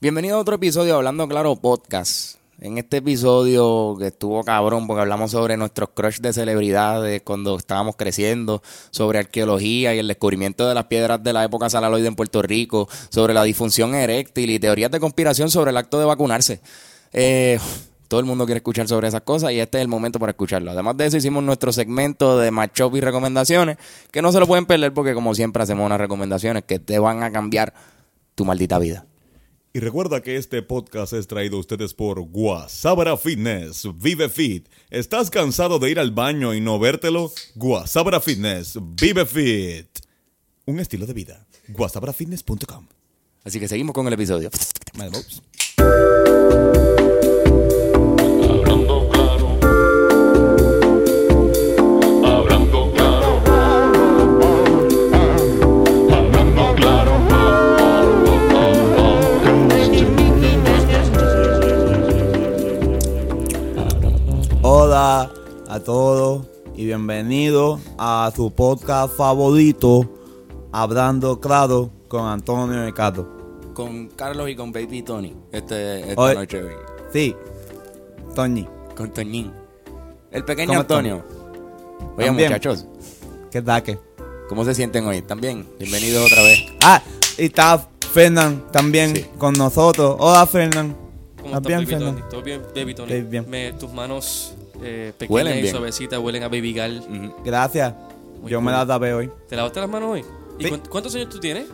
Bienvenido a otro episodio de Hablando Claro Podcast. En este episodio que estuvo cabrón porque hablamos sobre nuestros crush de celebridades cuando estábamos creciendo, sobre arqueología y el descubrimiento de las piedras de la época salaloide en Puerto Rico, sobre la disfunción eréctil y teorías de conspiración sobre el acto de vacunarse. Eh, todo el mundo quiere escuchar sobre esas cosas y este es el momento para escucharlo. Además de eso, hicimos nuestro segmento de matchup y recomendaciones que no se lo pueden perder porque, como siempre, hacemos unas recomendaciones que te van a cambiar tu maldita vida. Y recuerda que este podcast es traído a ustedes por Guasabara Fitness. Vive Fit. ¿Estás cansado de ir al baño y no vértelo? Guasabara Fitness. Vive Fit. Un estilo de vida. GuasabraFitness.com. Así que seguimos con el episodio. Madre Mouse. Hablando claro, hablando claro, hablando claro, Hola a todos y bienvenidos a su podcast favorito, Hablando Claro con Antonio y Cato. Con Carlos y con Baby Tony. Este, esta Oye. noche. Sí, Toñi, Con Toñín. El pequeño ¿Cómo Antonio. Oye, También. muchachos. ¿qué tal que? ¿Cómo se sienten hoy? ¿Están bien? Bienvenidos otra vez. Ah, y está Fernán también Sí. con nosotros. Hola Fernán. ¿Cómo estás, bien, Baby Tony? Fernán? ¿Todo bien, Baby Tony? Baby, bien. Me- tus manos eh, pequeñas Huelen y bien. Mm. suavecitas huelen a Baby Gal. Gracias. Muy Yo me cool. la tapé hoy. ¿Te lavaste las manos hoy? ¿Y Sí. cuán- cuántos años tú tienes?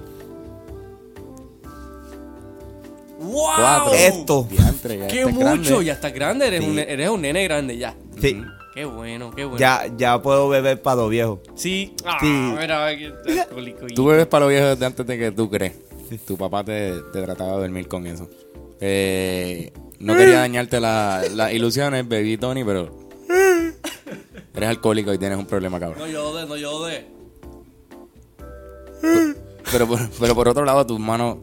Cuatro. Esto. Diantre, este ya ¡Qué estás mucho! grande. Ya estás grande, eres, Sí. un, ne- eres un nene grande ya. Sí, ¡Qué bueno, qué bueno! ya, ya puedo beber para los viejos. Sí. Ah, Sí. mira, qué alcohólico. Tú bebes para los viejos desde antes de que tú crees. Tu papá te, te trataba de dormir con eso. Eh, no quería dañarte la- las ilusiones, Baby Tony, pero. Eres alcohólico y tienes un problema, cabrón. No llores, no llores. Pero por, pero por otro lado, tus manos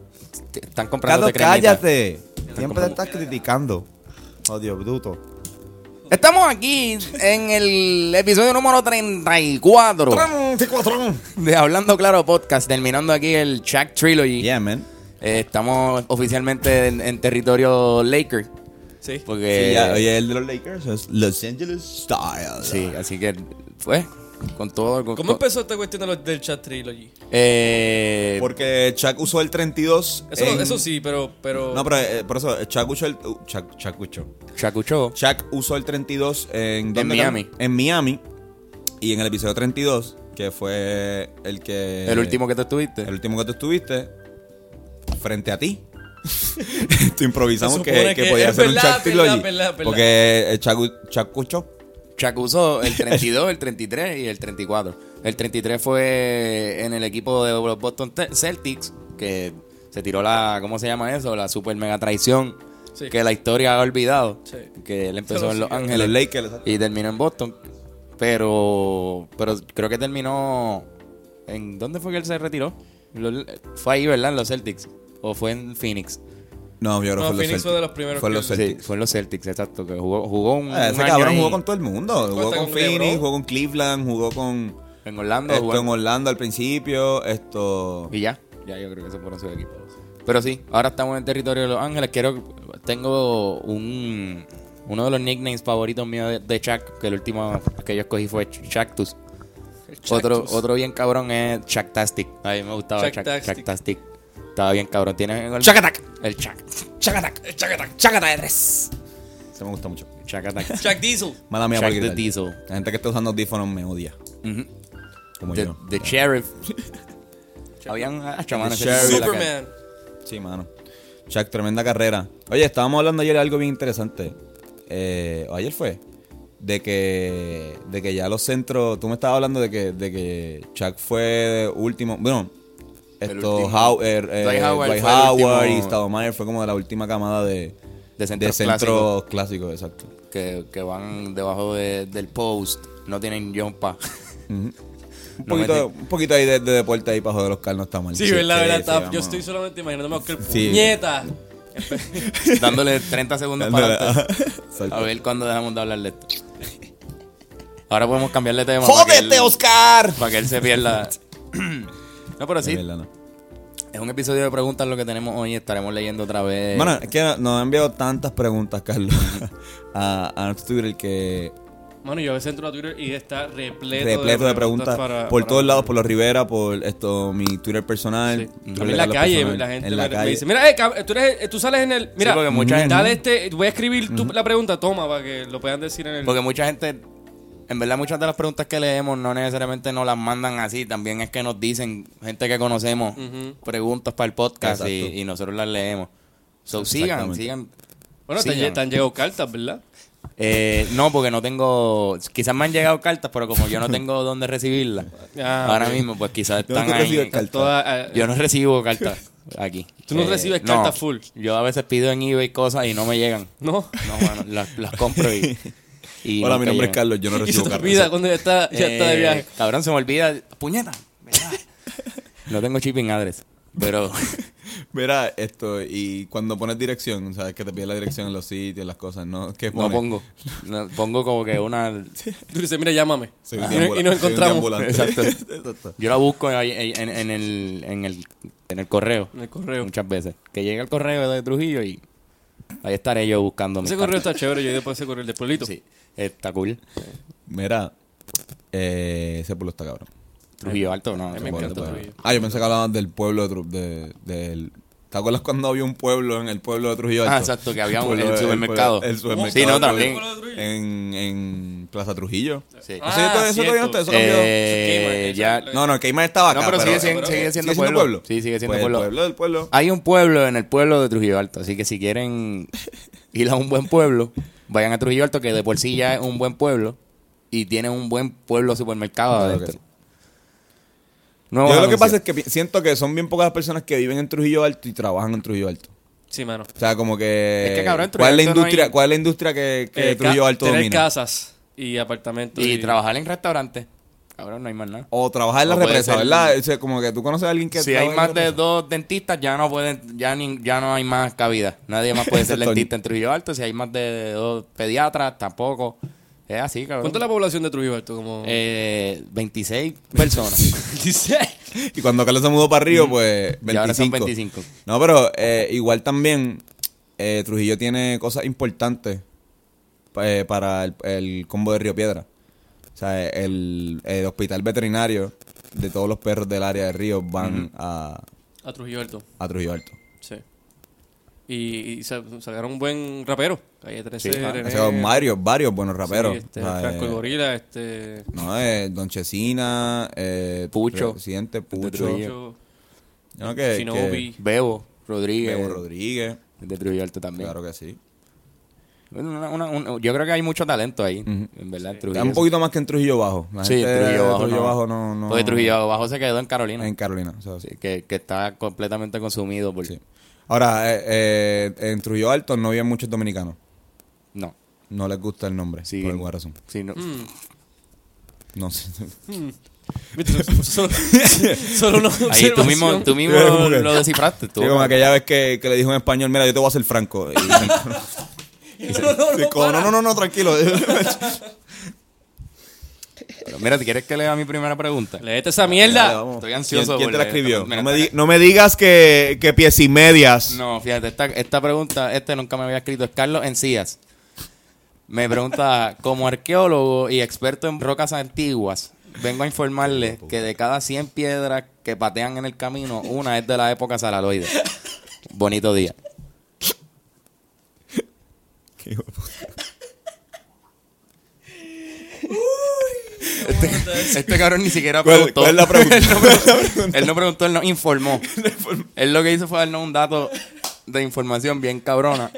te- están comprando Cato, cállate. Siempre como- estás criticando. Odio bruto. Estamos aquí en el episodio número 34 de Hablando Claro Podcast, terminando aquí el Chuck Trilogy. Yeah, man. Eh, estamos oficialmente en, en territorio Laker. Sí. Porque, Sí, ya, Eh, oye, el de los Lakers es Los Angeles Style. Sí, así que fue con todo. con- ¿Cómo con- empezó esta cuestión de los, del chat trilogy? eh, Porque Chuck usó el 32. Eso, en- eso sí, pero... pero No, pero eh, por eso, eh, Chuck usó el. uh, Chuck, Chuck usó. Chacucho. Chuck usó el 32 en. ¿dónde Miami. tam- En Miami. Y en el episodio 32, que fue el que. El último que tú estuviste. Eh, El último que tú estuviste. Frente a ti. Tú improvisamos Se que, supone que que podía es ser verdad, un Chuck Trilogy. verdad, verdad, verdad. Porque eh, Chuck, Chuck usó. Chacuzo el 32, el 33 y el 34. El 33 fue en el equipo de los Boston Te- Celtics, que se tiró la, ¿cómo se llama eso? La super mega traición Sí. que la historia ha olvidado. Sí. Que él empezó Pero en Los sí, Ángeles En los Lakers. exacto. y terminó en Boston. Pero, pero creo que terminó... ¿En dónde fue que él se retiró? Lo- fue ahí, ¿verdad? En los Celtics. ¿O fue en Phoenix? No, yo creo No, que fue los Phoenix Celtics. fue de los primeros Fue que- los Sí. Celtics. Sí, fue en los Celtics, exacto. Que jugó, jugó un, Ah, un ese año cabrón ahí jugó con todo el mundo. Jugó Hasta con con Phoenix, LeBron. jugó con Cleveland, jugó con en Orlando. esto jugó- en Orlando al principio. Esto. Y ya, ya yo creo que se fueron sus equipos. Pero sí, ahora estamos en el territorio de Los Ángeles. Quiero, tengo un, uno de los nicknames favoritos míos de, de Chuck, que el último que yo escogí fue Ch- Chactus. Otro, otro bien cabrón es Chactastic. A mí me gustaba Chuck- Chucktastic. Chactastic. Estaba bien cabrón. Tiene el El Chuck. Chacatac, chacatac. Se me gusta mucho. Chacatac. Chuck Diesel. Mala mía Chuck por the gritar. Diesel. La gente que está usando audífonos me odia. Ujú. Como The, yo. the Sheriff. Habían ah, chamanes que- Sheriff. Superman. Sí, mano. Chuck, tremenda carrera. Oye, estábamos hablando ayer de algo bien interesante. Eh, ¿o ayer fue. De que, de que ya los centros. Tú me estabas hablando de que, de que Chuck fue último. Bueno, El esto. último. How- er, eh, Dwight Dwight Howard Howard, fue el último. y Stoudemire fue como de la última camada de, De centros de centros clásicos, exacto. que, que van debajo de- del post, no tienen jumpa. Un No poquito, meten- un poquito ahí de, de deporte ahí para joder los carnos está mal. Sí, verdad, verdad. sí, está- vamos. yo estoy solamente imaginándome a el Sí. puñeta. dándole 30 segundos para Dándole- adelante. Exacto. A ver cuándo dejamos de hablar de esto. Ahora podemos cambiarle Ah, de tema. para que ¡Jódete, él- Oscar! Para que él se pierda. No, pero sí, Mierda, no. Es un episodio de preguntas lo que tenemos hoy. Estaremos leyendo otra vez. Bueno, es que nos han enviado tantas preguntas, Carlos, a, a nuestro Twitter que Mano, yo a veces entro a Twitter y está repleto, repleto de preguntas para- por para- todos lados, por los Rivera, por esto, mi Twitter personal. Sí. mi A mí en la Carlos calle personal, la gente en la me, me calle. dice, mira, eh, cab- tú, eres- eh, tú sales en el... Mira, porque mucha gente- dale este, voy a escribir tú la pregunta, toma, para que lo puedan decir en el... Porque mucha gente, en verdad muchas de las preguntas que leemos no necesariamente nos las mandan así, también es que nos dicen gente que conocemos preguntas para el podcast Exacto. y, y nosotros las leemos. So, sigan, Exactamente. sigan. bueno, te, sigan. lle- te han llegado cartas, ¿verdad? Eh, no, porque no tengo, quizás me han llegado cartas, pero como yo no tengo dónde recibirlas Ah, ahora ok. mismo, pues quizás ¿Dónde están tú ahí. recibes cartas? Toda- eh, Yo no recibo cartas aquí. Eh, Tú no recibes cartas full. Yo a veces pido en eBay cosas y no me llegan. No. No, bueno, las, las compro y... y Hola, nunca mi nombre llegan. es Carlos, yo no Y se recibo te cartas. olvida cuando ya está, ya está de Eh, viaje. Cabrón, se me olvida. Puñeta. ¿verdad? no tengo shipping address. Pero Mira, esto, y cuando pones dirección, sabes que te pide la dirección en los sitios, las cosas, ¿no? ¿Qué no pones? pongo. No, pongo como que una. Tú dices, mira, llámame. Soy Y un no- y deambula- nos soy un encontramos deambulante. Exacto. Exacto. Yo la busco ahí- ahí en, en el, en, el, en el correo. en el correo. Muchas veces. Que llega el correo de Trujillo y ahí estaré yo buscando. Ese mis correo cartas. está chévere, yo he ido por ese correo el de Pueblito. Sí, está cool. Mira, eh, ese pueblo está cabrón. Trujillo alto, no. ese me Ese pueblo pueblo encanta está está- Trujillo. cabrón. Ah, yo pensé que hablabas del pueblo de, Tru- de, del- ¿Te acuerdas cuando había un pueblo en el pueblo de Trujillo? Ah, Alto? exacto, que había un- pueblo- el supermercado. El, supermercado. Sí, no, del pueblo- también. En, en Plaza Trujillo. Sí. Eso ya todo- eso todavía no está, Ah, eso cambió. Ah, Eh, ya- No, no, Keymar estaba acá. No, pero sigue siendo- eh, sigue siendo pueblo. Sí, sigue siendo pueblo. Ah, Pues El pueblo del pueblo. Hay un pueblo en el pueblo de Trujillo Alto, así que si quieren ir a un buen pueblo, vayan a Trujillo Alto, que de por sí ya es un buen pueblo y tiene un buen pueblo supermercado Claro adentro. que sí. Nuevos Yo lo que anuncios. pasa es que pi- siento que son bien pocas las personas que viven en Trujillo Alto y trabajan en Trujillo Alto. Sí, mano. O sea, como que. Es que, cabrón, en ¿cuál es Trujillo la Alto no industria, hay- ¿Cuál es la industria que, que Eh, Trujillo ca- Alto tener domina? casas y apartamentos. y trabajar en restaurantes. Cabrón, no hay más nada. O trabajar en la O puede represa, ser- ¿verdad? O sea, como que tú conoces a alguien que. Si hay trabaja en la más de represa. dos dentistas, ya no pueden, ya ni- ya no hay más cabida. Nadie más puede ser Exacto. dentista en Trujillo Alto. Si hay más de dos pediatras, tampoco. Es así, cabrón. ¿Cuánto es la población de Trujillo Alto? Como... Eh, 26 personas. Dice. Y cuando Carlos se mudó para Río, pues 25. Mm. Y ahora son 25. No, pero eh, igual también eh, Trujillo tiene cosas importantes pa- eh, para el, el combo de Río Piedra. O sea, el, el hospital veterinario de todos los perros del área de Río van a, A Trujillo Alto, a Trujillo Alto. sí. Y, y sa- sacaron un buen rapero. Calle 13. Sí, ah, René, O sea, varios, varios buenos raperos. sí, este, O sea, Franco eh, el Gorila, este. no, eh, Don Chesina, eh, Pucho. Presidente Pucho. Trujillo. No, que, Shinobi. Bebo que- Rodríguez. Bebo Rodríguez. De Trujillo Alto también. Claro que sí. Una- una- una- yo creo que hay mucho talento ahí, en verdad, en Trujillo. Está un poquito más que en Trujillo Bajo. La sí, en gente Trujillo de Bajo. Trujillo no. Bajo no, no- Porque Trujillo Bajo se quedó en Carolina, En Carolina. o sea, sí. sí, que, que está completamente consumido por... Sí. Ahora, eh, eh, en Trujillo Alto no había muchos dominicanos. No. No les gusta el nombre, Sí. por alguna razón. Sí, Mm. no. No sé. Viste, Solo, solo una Ahí tú mismo, observación. tú mismo Yo como que- lo descifraste. Tú, Sí, como aquella vez que, que le dijo en español, mira, yo te voy a hacer franco. Y- No, no, Sí, no, como, no, no, no, no, tranquilo. Pero mira, ¿te quieres que lea mi primera pregunta? Léete esa Dale, mierda. vamos. Estoy ansioso ¿Quién, quién te la por leer escribió? esta- No me, di- no me digas que, que pies y medias. No, fíjate, esta, esta pregunta, este nunca me había escrito, es Carlos Encías. Me pregunta, como arqueólogo y experto en rocas antiguas, vengo a informarle que de cada 100 piedras que patean en el camino, una es de la época saraloide. Bonito día. Qué hijo de puta. Este cabrón ni siquiera ¿Cuál- preguntó. cuál es la pregunta? él, no preguntó él no preguntó, él no informó. él lo que hizo fue darnos un dato de información bien cabrona.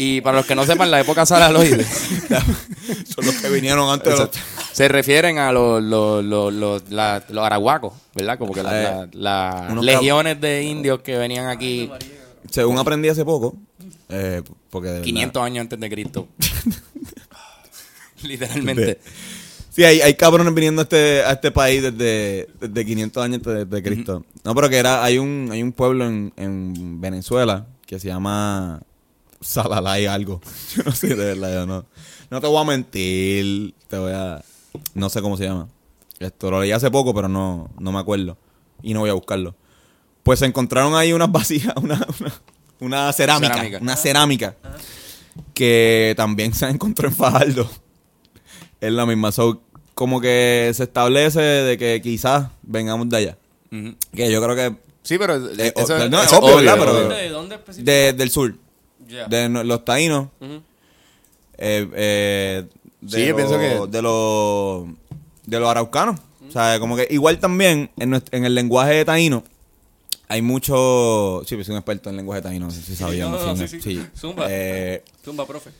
Y para los que no sepan, la época saraloide. Son los que vinieron antes de los- Exacto. Se refieren a los, los, los, los- la- los arahuacos, ¿verdad? Como que la- Eh, la- las unos legiones de indios que venían aquí Según aprendí hace poco, eh, porque de verdad- 500 años antes de Cristo. Literalmente. Sí, hay, hay cabrones viniendo a este, a este país desde, desde 500 años antes de, de Cristo. No, pero que era, hay un, hay un pueblo en, en Venezuela que se llama Salalay algo. Yo no sé de verdad, yo no. No te voy a mentir, te voy a... No sé cómo se llama. Esto lo leí hace poco, pero no, no me acuerdo. Y no voy a buscarlo. Pues se encontraron ahí unas vasijas, una, una, una cerámica, Cerámica. Una cerámica. Que también se encontró en Fajardo. Es la misma. So, como que se establece de que quizás vengamos de allá. Que yo creo que. Sí, pero eh, eso o- es, no, es es obvio, obvio, ¿verdad? es Pero- obvio. ¿De dónde específicamente? de- del sur. Ya. De no- los taínos. Ujú. eh, eh, de Sí, yo los- pienso que- de los de los araucanos. O sea, como que igual también en, nuestro- en el lenguaje taíno hay mucho. Sí, pues soy un experto en lenguaje taíno, no sé si sabían. no, no, sí, sí, no, sí. sí. Zumba. Eh, Tumba, profe.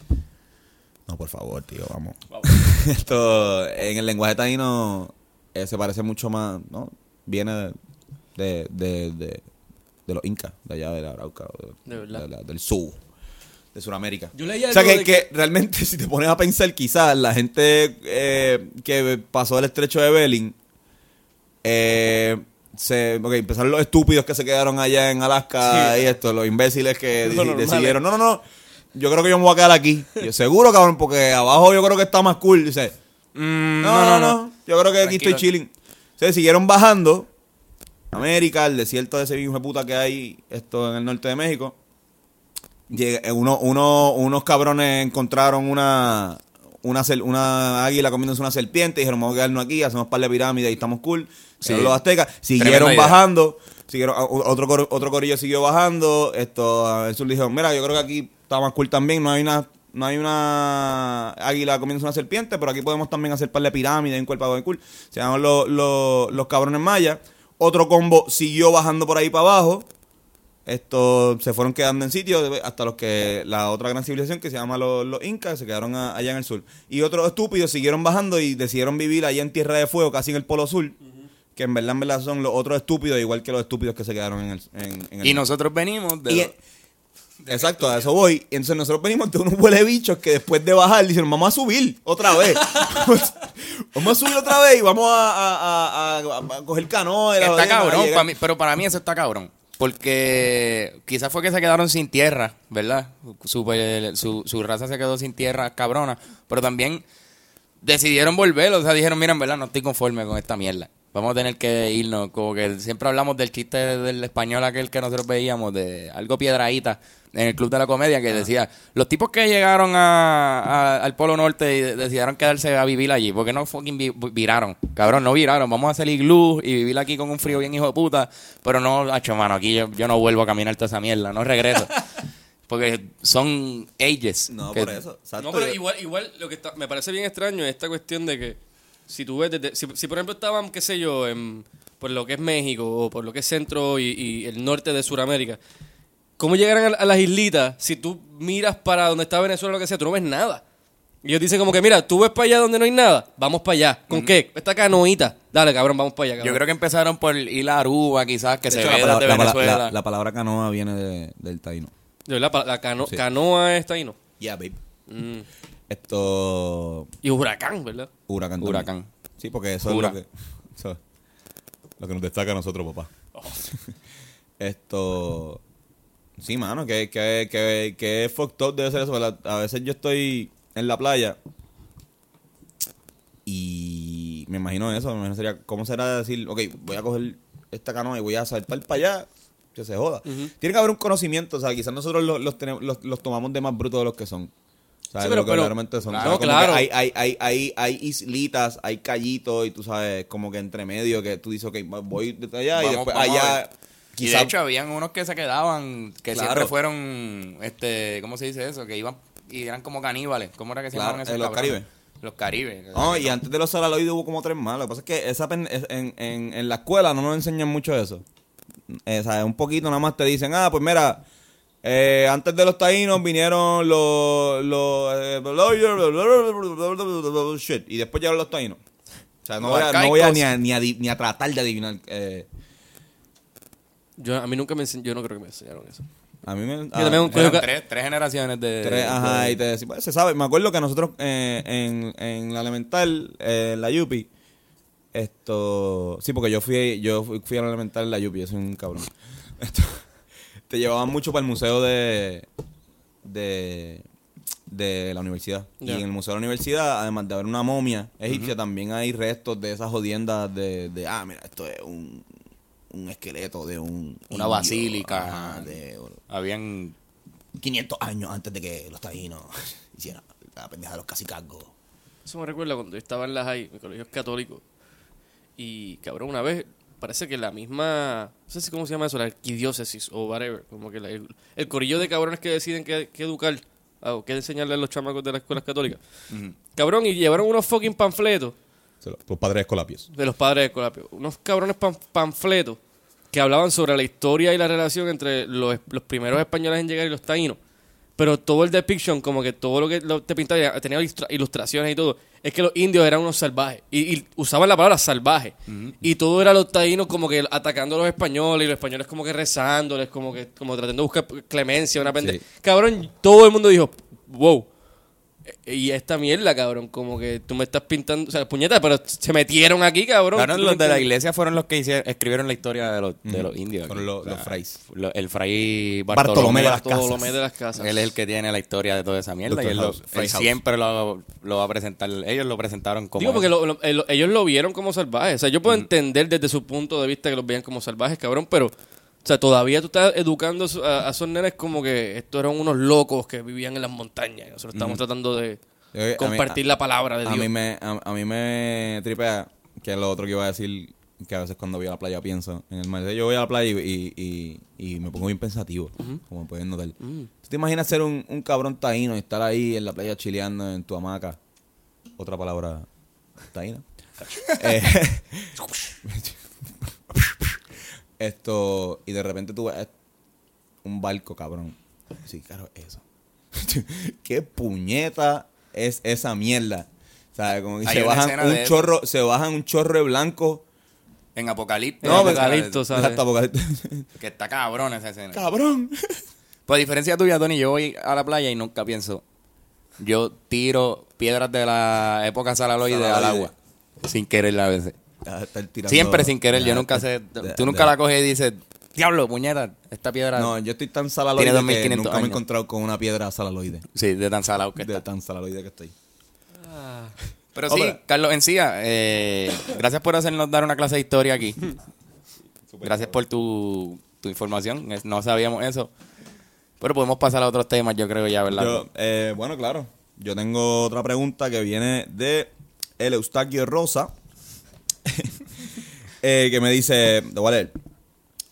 no, por favor, tío, vamos. Wow. Esto en el lenguaje taíno eh, se parece mucho más, ¿no? Viene de, de, de, de los incas, de allá de la Arauca, o De verdad. la- del sur, de Sudamérica. Yo leía o sea, algo que, de que realmente, si te pones a pensar, quizás la gente eh, que pasó el estrecho de Bering, eh, se, ok, empezaron los estúpidos que se quedaron allá en Alaska Sí. y esto, los imbéciles que Los deci- normales. decidieron, no, no, no, yo creo que yo me voy a quedar aquí. Yo, seguro, cabrón, porque abajo yo creo que está más cool. Dice, Mm, Mm, no, no, no, yo creo que aquí estoy Tranquilo. chilling. Se siguieron bajando. América, el desierto de ese hijo de puta que hay esto en el norte de México. Llega- eh, uno, uno- unos cabrones encontraron una, una, ser- una águila comiéndose una serpiente y dijeron, vamos a quedarnos aquí, hacemos par de pirámides y estamos cool. Sí. Llegaron Los aztecas Tremenda siguieron idea. bajando, siguieron, o- otro, cor- otro corillo siguió bajando. Esto, el sur dijeron, mira, yo creo que aquí está más cool también, no hay una... No hay una águila comiéndose una serpiente, pero aquí podemos también hacer par de pirámides, un cuerpo de cool. Se llaman los, los, los cabrones mayas. Otro combo siguió bajando por ahí para abajo. Estos se fueron quedando en sitio eh, hasta los que la otra gran civilización que se llama los, los incas se quedaron a- allá en el sur. Y otros estúpidos siguieron bajando y decidieron vivir allá en Tierra de Fuego, casi en el Polo Sur, que en verdad, en verdad son los otros estúpidos igual que los estúpidos que se quedaron en el... En, en el Y nosotros venimos de... Y- Exacto, a eso voy. Y entonces nosotros venimos de unos huele bichos que después de bajar dicen, vamos a subir otra vez. vamos a subir otra vez y vamos a, a- a- a- a coger canoa. y la Está vaina, a cabrón, llegar". pa' mí- pero para mí eso está cabrón. Porque quizás fue que se quedaron sin tierra, ¿verdad? Su, su, su raza se quedó sin tierra, cabrona. Pero también decidieron volver, o sea, dijeron, mira, en verdad no estoy conforme con esta mierda. Vamos a tener que irnos, como que siempre hablamos del chiste del español aquel que nosotros veíamos, de algo piedradita en el Club de la Comedia, que decía, los tipos que llegaron a- a- al Polo Norte y de- decidieron quedarse a vivir allí, porque no fucking vi- viraron, cabrón, no viraron, vamos a hacer iglú y vivir aquí con un frío bien hijo de puta, pero no, hacho, mano, aquí yo, yo no vuelvo a caminar toda esa mierda, no regreso, porque son ages. No, que- por eso. exacto. No, pero igual, igual lo que está- me parece bien extraño es esta cuestión de que si tú ves, desde- si, si por ejemplo estaban, qué sé yo, en, por lo que es México o por lo que es Centro y, y el norte de Sudamérica, ¿cómo llegaran a, a las islitas si tú miras para donde está Venezuela o lo que sea, tú no ves nada? Y ellos dicen como que, mira, tú ves para allá donde no hay nada, vamos para allá. ¿Con qué? Esta canoita. Dale, cabrón, vamos para allá. Yo cabrón. creo que empezaron por ir a Aruba, quizás, que De se hecho, ve la, desde palabra- la- Venezuela. la- la palabra canoa viene de- del taíno. De verdad, pa- la cano- Sí. canoa está ahí, ¿no? Yeah, babe. Esto. Y huracán, ¿verdad? Huracán. también. Huracán. Sí, porque eso Hura. es lo que. eso es Lo que nos destaca a nosotros, papá. Esto. Sí, mano, que, que, que, que fucked up debe ser eso. ¿verdad? A veces yo estoy en la playa y me imagino eso. Me imagino sería, ¿cómo será decir, ok, voy a coger esta canoa y voy a saltar para allá? Que se joda. Tiene que haber un conocimiento, o sea, quizás nosotros los, los, tenemos- los, los tomamos de más brutos de los que son. O sea, Sí, de pero- lo que pero- realmente son. O sea, claro, como que claro. Hay, hay, hay, hay, hay islitas, hay callitos y tú sabes, como que entre medio que tú dices, ok, voy de allá y Vamos- después vamos a allá. ver. Y quizás de hecho, habían unos que se quedaban, que Claro. siempre fueron, este, ¿cómo se dice eso? Que iban y eran como caníbales. ¿Cómo era que se Claro, llamaban esos eh, los cabrones? caribes. Los caribes. No, y antes de los salaloides hubo como tres más. Lo que pasa es que esa pen- es- en, en- en la escuela no nos enseñan mucho eso. Eh, ¿sabes? Un poquito nada más te dicen, ah, pues mira, eh, antes de los taínos vinieron los... los eh, bla, bla, bla, bla, bla, bla, bla, bla, bla, shit, y después llegaron los taínos. O sea, no Los voy a, no voy a arcaicos. ni, a, ni, a di- ni a tratar de adivinar. eh, Yo, a mí nunca me enseñaron, yo no creo que me enseñaron eso. a mí me... ah, también un eran colegio ca- tres, tres generaciones de... tres, ajá, de- y te decía, pues, se sabe. Me acuerdo que nosotros eh, en, en la elemental, eh, en la Yupi, esto. Sí, porque yo fui, yo fui, fui a la elemental en la Yupi, es un cabrón. Esto, te llevaban mucho para el museo de. de. de la universidad. Ya. Y en el museo de la universidad, además de haber una momia egipcia, también hay restos de esas jodiendas de, de. ah, mira, esto es un. un esqueleto de un... Una indio, basílica. ajá, de Habían 500 años antes de que los taínos hicieran la pendeja de los cacicazgos. Eso me recuerda cuando yo estaba en las high, en colegios católicos. Y cabrón, una vez parece que la misma, no sé si cómo se llama eso, la arquidiócesis o whatever, como que la- el, el corillo de cabrones que deciden qué, qué educar ah, o qué enseñarle a los chamacos de las escuelas católicas. Cabrón, y llevaron unos fucking panfletos Se lo- Los padres Ah, escolapios. de los padres de Colapio, unos cabrones pan- panfletos que hablaban sobre la historia y la relación entre los, es- los primeros españoles en llegar y los taínos. Pero todo el depiction, como que todo lo que lo- te pintaba, era- tenía ilustra- ilustraciones y todo, es que los indios eran unos salvajes. Y, y usaban la palabra salvaje. Y todo era los taínos como que atacando a los españoles, y los españoles como que rezándoles, como que como tratando de buscar clemencia, una pendeja. Sí. Cabrón, todo el mundo dijo, wow, E, y esta mierda, cabrón, como que tú me estás pintando, o sea, puñeta, pero se metieron aquí, cabrón. Claro, Tú los me de la entiendes. iglesia fueron los que hicieron- escribieron la historia de los, de los indios. Fueron los- los frais. lo- el fray Bartolomé, Bartolomé de las Bartolomé Casas. de las Casas. Él es el que tiene la historia de toda esa mierda. Doctor y él, lo- House, él Fray House. siempre lo, lo va a presentar. Ellos lo presentaron como. Digo, porque él. lo- lo- el- ellos lo vieron como salvajes. O sea, yo puedo Mm. entender desde su punto de vista que los veían como salvajes, cabrón, pero, o sea, todavía tú estás educando a, a esos nenes como que estos eran unos locos que vivían en las montañas. Nosotros estamos tratando de Yo- Mm. Eh, a mí- compartir a- la palabra de A Dios. mí, me, a, a mí me tripea, que es lo otro que iba a decir, que a veces cuando voy a la playa pienso en el mar. Yo voy a la playa y, y- y- y me pongo bien pensativo, como pueden notar. ¿Tú te imaginas ser un, un cabrón taíno y estar ahí en la playa chileando en tu hamaca? Otra palabra, taína. Eh, esto, y de repente tú ves un barco, cabrón. Sí, claro, eso. ¿Qué puñeta es esa mierda? ¿Sabes? Como que Hay se una bajan escena un de eso. chorro, se bajan un chorro de blanco. En Apocalipto. En No, porque- Apocalipto, ¿sabes? Exacto, porque- que está cabrón esa escena. Cabrón. Por diferencia tuya, Tony, yo voy a la playa y nunca pienso. Yo tiro piedras de la época salaloide al Salaloide. agua. Sin querer a veces. Ah, estar tirando- Siempre sin querer. Ah, Yo nunca sé. estar- de- Tú nunca de- la coges y dices, diablo, puñera, esta piedra. No, yo estoy tan salaloide Tiene que 2500 nunca me he años. encontrado con una piedra salaloide. Sí, de tan salado que De está. tan salaloide que estoy. Pero Oh, sí, pero- Carlos Encía, eh, gracias por hacernos dar una clase de historia aquí. Gracias por tu, tu información. Es- No sabíamos eso. Pero podemos pasar a otros temas, yo creo ya, ¿verdad? Yo, eh, bueno, claro. Yo tengo otra pregunta que viene de el Eustaquio Rosa, eh, que me dice, lo voy a leer.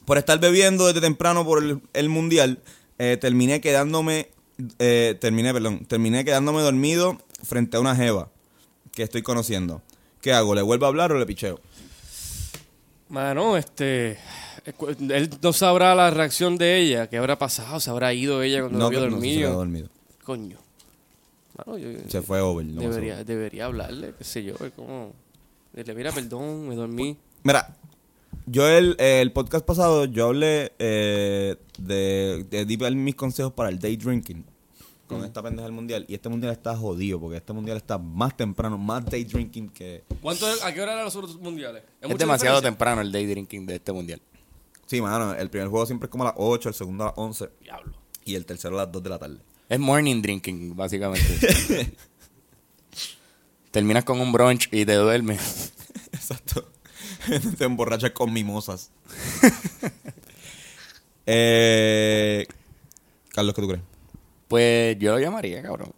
Por estar bebiendo desde temprano por el, el mundial, eh, terminé quedándome, eh, terminé, perdón, terminé quedándome dormido frente a una jeva que estoy conociendo. ¿Qué hago? ¿Le vuelvo a hablar o le picheo? Mano, este. Él no sabrá la reacción de ella, qué habrá pasado, se habrá ido ella cuando lo vio no, se quedó dormido. dormido. Coño. Mano, yo- Se fue over. lo más debería, seguro. debería hablarle, qué sé yo, es como... Dile, mira, perdón, me dormí. Mira, yo el, el podcast pasado, yo hablé eh, de, de di mis consejos para el day drinking con esta pendeja del mundial. Y este mundial está jodido porque este mundial está más temprano, más day drinking que... ¿Cuánto, ¿A qué hora eran los otros mundiales? es demasiado temprano el day drinking de este mundial. Sí, mano, el primer juego siempre es como a las 8, el segundo a las 11 Diablo. y el tercero a las 2 de la tarde. Es morning drinking, básicamente. Terminas con un brunch y te duermes. Exacto. Te emborrachas con mimosas. eh, Carlos, ¿qué tú crees? Pues yo lo llamaría, cabrón.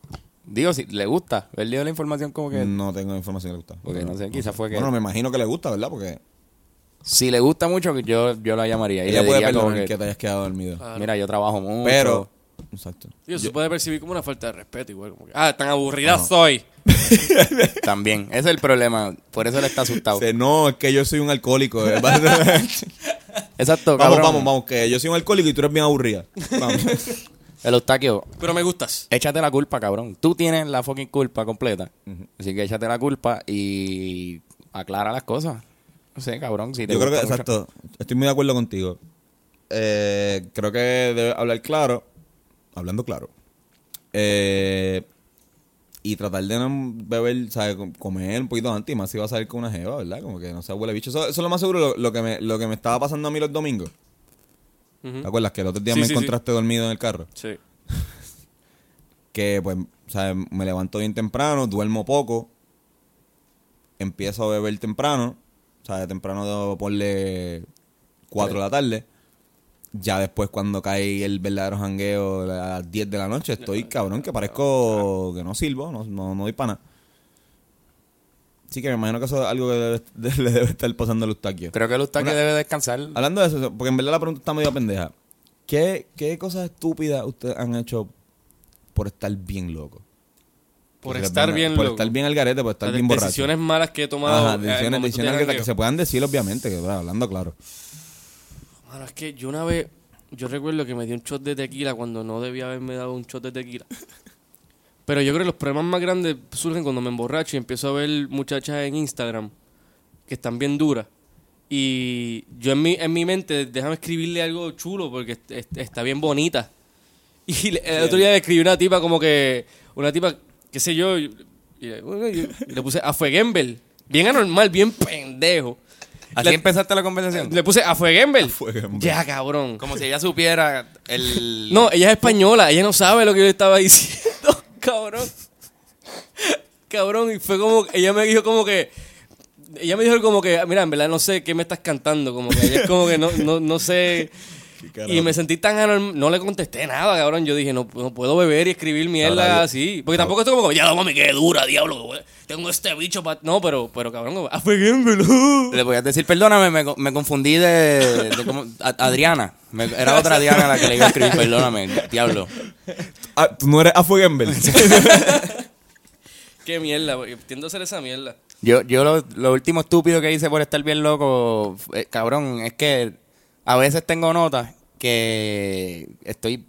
Digo, si le gusta, él dio la información como que... No tengo información que le gusta. Porque no sé, quizás fue que... Bueno, me imagino que le gusta, ¿verdad? Porque... Si le gusta mucho, yo, yo la llamaría. Y Ella le puede diría como perdonar que... que, te hayas quedado dormido. Mira, yo trabajo Ah, mucho. pero. Exacto. Yo, se puede percibir como una falta de respeto, igual. Como que, ah, tan aburrida soy. También. Ese es el problema. Por eso él está asustado. Dice, no, es que yo soy un alcohólico. eh". vamos, Exacto, cabrón. vamos, vamos, que yo soy un alcohólico y tú eres bien aburrida. Vamos. El obstáculo. Pero me gustas. Échate la culpa, cabrón. Tú tienes la fucking culpa completa. Así que échate la culpa y aclara las cosas. No sé, cabrón. Si te yo creo que, gusta mucho. exacto, estoy muy de acuerdo contigo. Eh, creo que debe hablar claro, hablando claro. Eh, y tratar de no beber, ¿sabes? Com- Comer un poquito antes y más si vas a salir con una jeva, ¿verdad? Como que no se huele bicho. Eso, eso es lo más seguro, lo, lo que me, lo que me estaba pasando a mí los domingos. Ujú. ¿Te acuerdas que el otro día Sí, me sí, sí. encontraste dormido en el carro? Sí. que pues, ¿sabes? Me levanto bien temprano, duermo poco, empiezo a beber temprano, ¿sabes? Temprano debo ponle 4 de la tarde. Ya después cuando cae el verdadero jangueo a las 10 de la noche, Ah, estoy cabrón que parezco que no sirvo, no, no, no doy pana. Así que me imagino que eso es algo que debe- de- le debe estar pasando el Eustaquio. Creo que el Ustaque Una- debe descansar. Hablando de eso, porque en verdad la pregunta está medio pendeja. ¿Qué, qué cosas estúpidas ustedes han hecho por estar bien loco? Por Que se les estar venga- bien Por loco. estar bien al garete, por estar Las bien borracho. decisiones malas que he tomado. Ajá, eh, decisiones, al momento decisiones de que, jangueo. que se puedan decir, obviamente, que ¿verdad? hablando claro. Mano, es que yo una vez, yo recuerdo que me di un shot de tequila cuando no debía haberme dado un shot de tequila. Pero yo creo que los problemas más grandes surgen cuando me emborracho y empiezo a ver muchachas en Instagram que están bien duras. Y yo en mi, en mi mente, déjame escribirle algo chulo porque est- est- está bien bonita. Y le- el otro día le escribí una tipa como que, una tipa, qué sé yo, y le, bueno, yo- y le puse a Fuegembel. Bien anormal, bien pendejo. Así La- empezaste la conversación. le puse a Fuegembel. Fuegembel. Ya, cabrón. Como si ella supiera el. No, ella es española, ella no sabe lo que yo le estaba diciendo, cabrón. Cabrón, y fue como, ella me dijo como que, ella me dijo como que, mira, en verdad no sé qué me estás cantando, como que ella es como que no, no, no sé. Y me sentí tan anorm- no le contesté nada, cabrón. Yo dije, no, no puedo beber y escribir mierda Ahora, yo- así. Porque tampoco estoy como, que, ya, mami, qué dura, diablo. güey. Tengo este bicho para... No, pero, pero cabrón, como, afeguémelo. Le voy a decir, perdóname, me, co- me confundí de, de cómo- a- Adriana. Me- era otra Diana la que le iba a escribir, perdóname, diablo. Ah, tú no eres Afuegember. Qué mierda, güey. tiendo a hacer esa mierda. Yo, yo lo, lo último estúpido que hice por estar bien loco, eh, cabrón, es que a veces tengo notas que estoy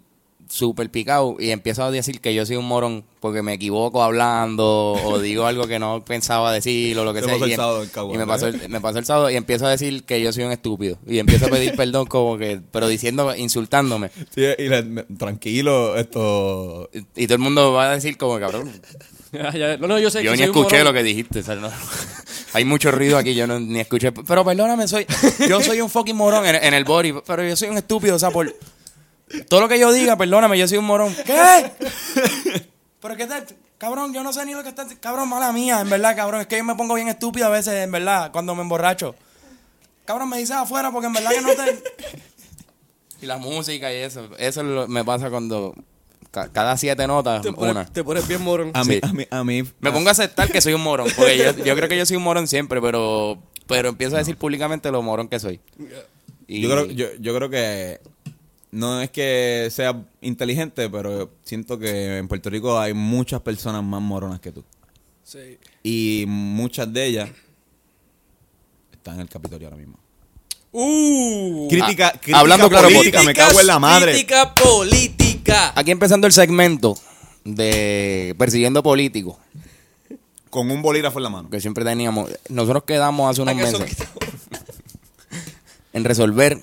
súper picado y empiezo a decir que yo soy un morón porque me equivoco hablando o digo algo que no pensaba decir o lo que Te sea. y pasó el em- sábado en Caguas, y me, ¿eh? pasó el, me pasó el sábado y empiezo a decir que yo soy un estúpido y empiezo a pedir perdón como que, pero diciendo, insultándome. Sí, y le- me- tranquilo, esto. Y todo el mundo va a decir como, cabrón, Ya, ya. No, no, yo sé yo que ni soy un escuché lo morón. que dijiste. o sea, no. Hay mucho ruido aquí, yo no, ni escuché. Pero perdóname, soy, yo soy un fucking morón en, en el body, pero yo soy un estúpido, o sea, por todo lo que yo diga, perdóname, yo soy un morón. ¿Qué? Pero qué tal, cabrón, yo no sé ni lo que está, cabrón, mala mía, en verdad, cabrón, es que yo me pongo bien estúpido a veces, en verdad, cuando me emborracho. Cabrón, me dices afuera porque en verdad que no te... Y la música y eso, eso es lo- me pasa cuando ca- cada siete notas, Te una. pones, te pones bien morón. A mí, Sí. a mí, a mí. Me pongo a aceptar que soy un morón, porque yo, yo creo que yo soy un morón siempre, pero, pero empiezo a decir públicamente lo morón que soy. Y- Yo creo, yo, yo creo que no es que sea inteligente, pero siento que en Puerto Rico hay muchas personas más moronas que tú. Sí. Y muchas de ellas están en el Capitolio ahora mismo. Uh, Crítica, Ah, crítica hablando claro, política, me cago en la madre. Crítica política. Aquí empezando el segmento de Persiguiendo Políticos, Con un bolígrafo en la mano. que siempre teníamos. Nosotros quedamos hace unos ¿Acaso meses en resolver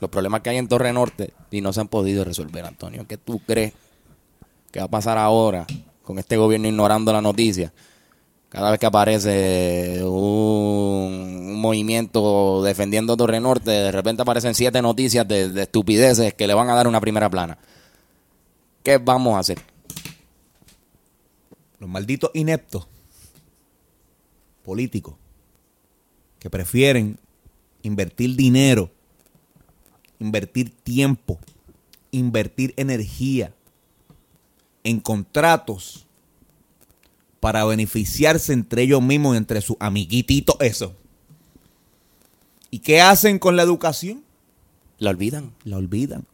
los problemas que hay en Torre Norte y no se han podido resolver, Antonio. ¿Qué tú crees que va a pasar ahora con este gobierno ignorando la noticia? Cada vez que aparece un, un movimiento defendiendo Torre Norte, de repente aparecen siete noticias de, de estupideces que le van a dar una primera plana. ¿Qué vamos a hacer? Los malditos ineptos políticos que prefieren invertir dinero, invertir tiempo, invertir energía en contratos para beneficiarse entre ellos mismos, entre sus amiguititos, eso. ¿Y qué hacen con la educación? ¿La olvidan? La olvidan.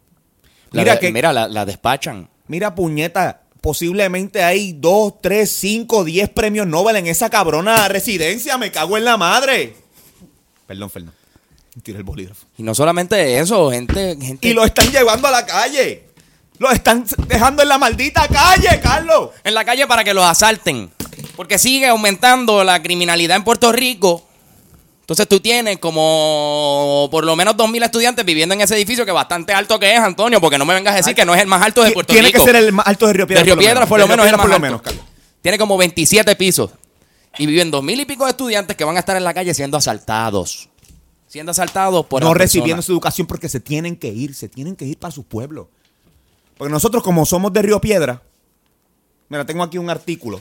La Mira de- que- mira la- la despachan. Mira, puñeta, posiblemente hay dos, tres, cinco, diez premios Nobel en esa cabrona residencia. Me cago en la madre. Perdón, Fernando. Tira el bolígrafo. Y no solamente eso, gente, gente Y lo están llevando a la calle. Lo están dejando en la maldita calle, Carlos. en la calle para que los asalten. Porque sigue aumentando la criminalidad en Puerto Rico. Entonces tú tienes como por lo menos 2.000 estudiantes viviendo en ese edificio que bastante alto que es, Antonio, porque no me vengas a decir que no es el más alto de Puerto Tiene Rico. que ser el más alto de Río Piedras. de Río Piedras por lo menos, De Río es el más Piedras alto. por lo menos, Carlos. Tiene como 27 pisos. Y viven 2.000 y pico de estudiantes que van a estar en la calle siendo asaltados. Siendo asaltados por no las recibiendo personas. su educación porque se tienen que ir, se tienen que ir para sus pueblos. Porque nosotros como somos de Río Piedra, mira, tengo aquí un artículo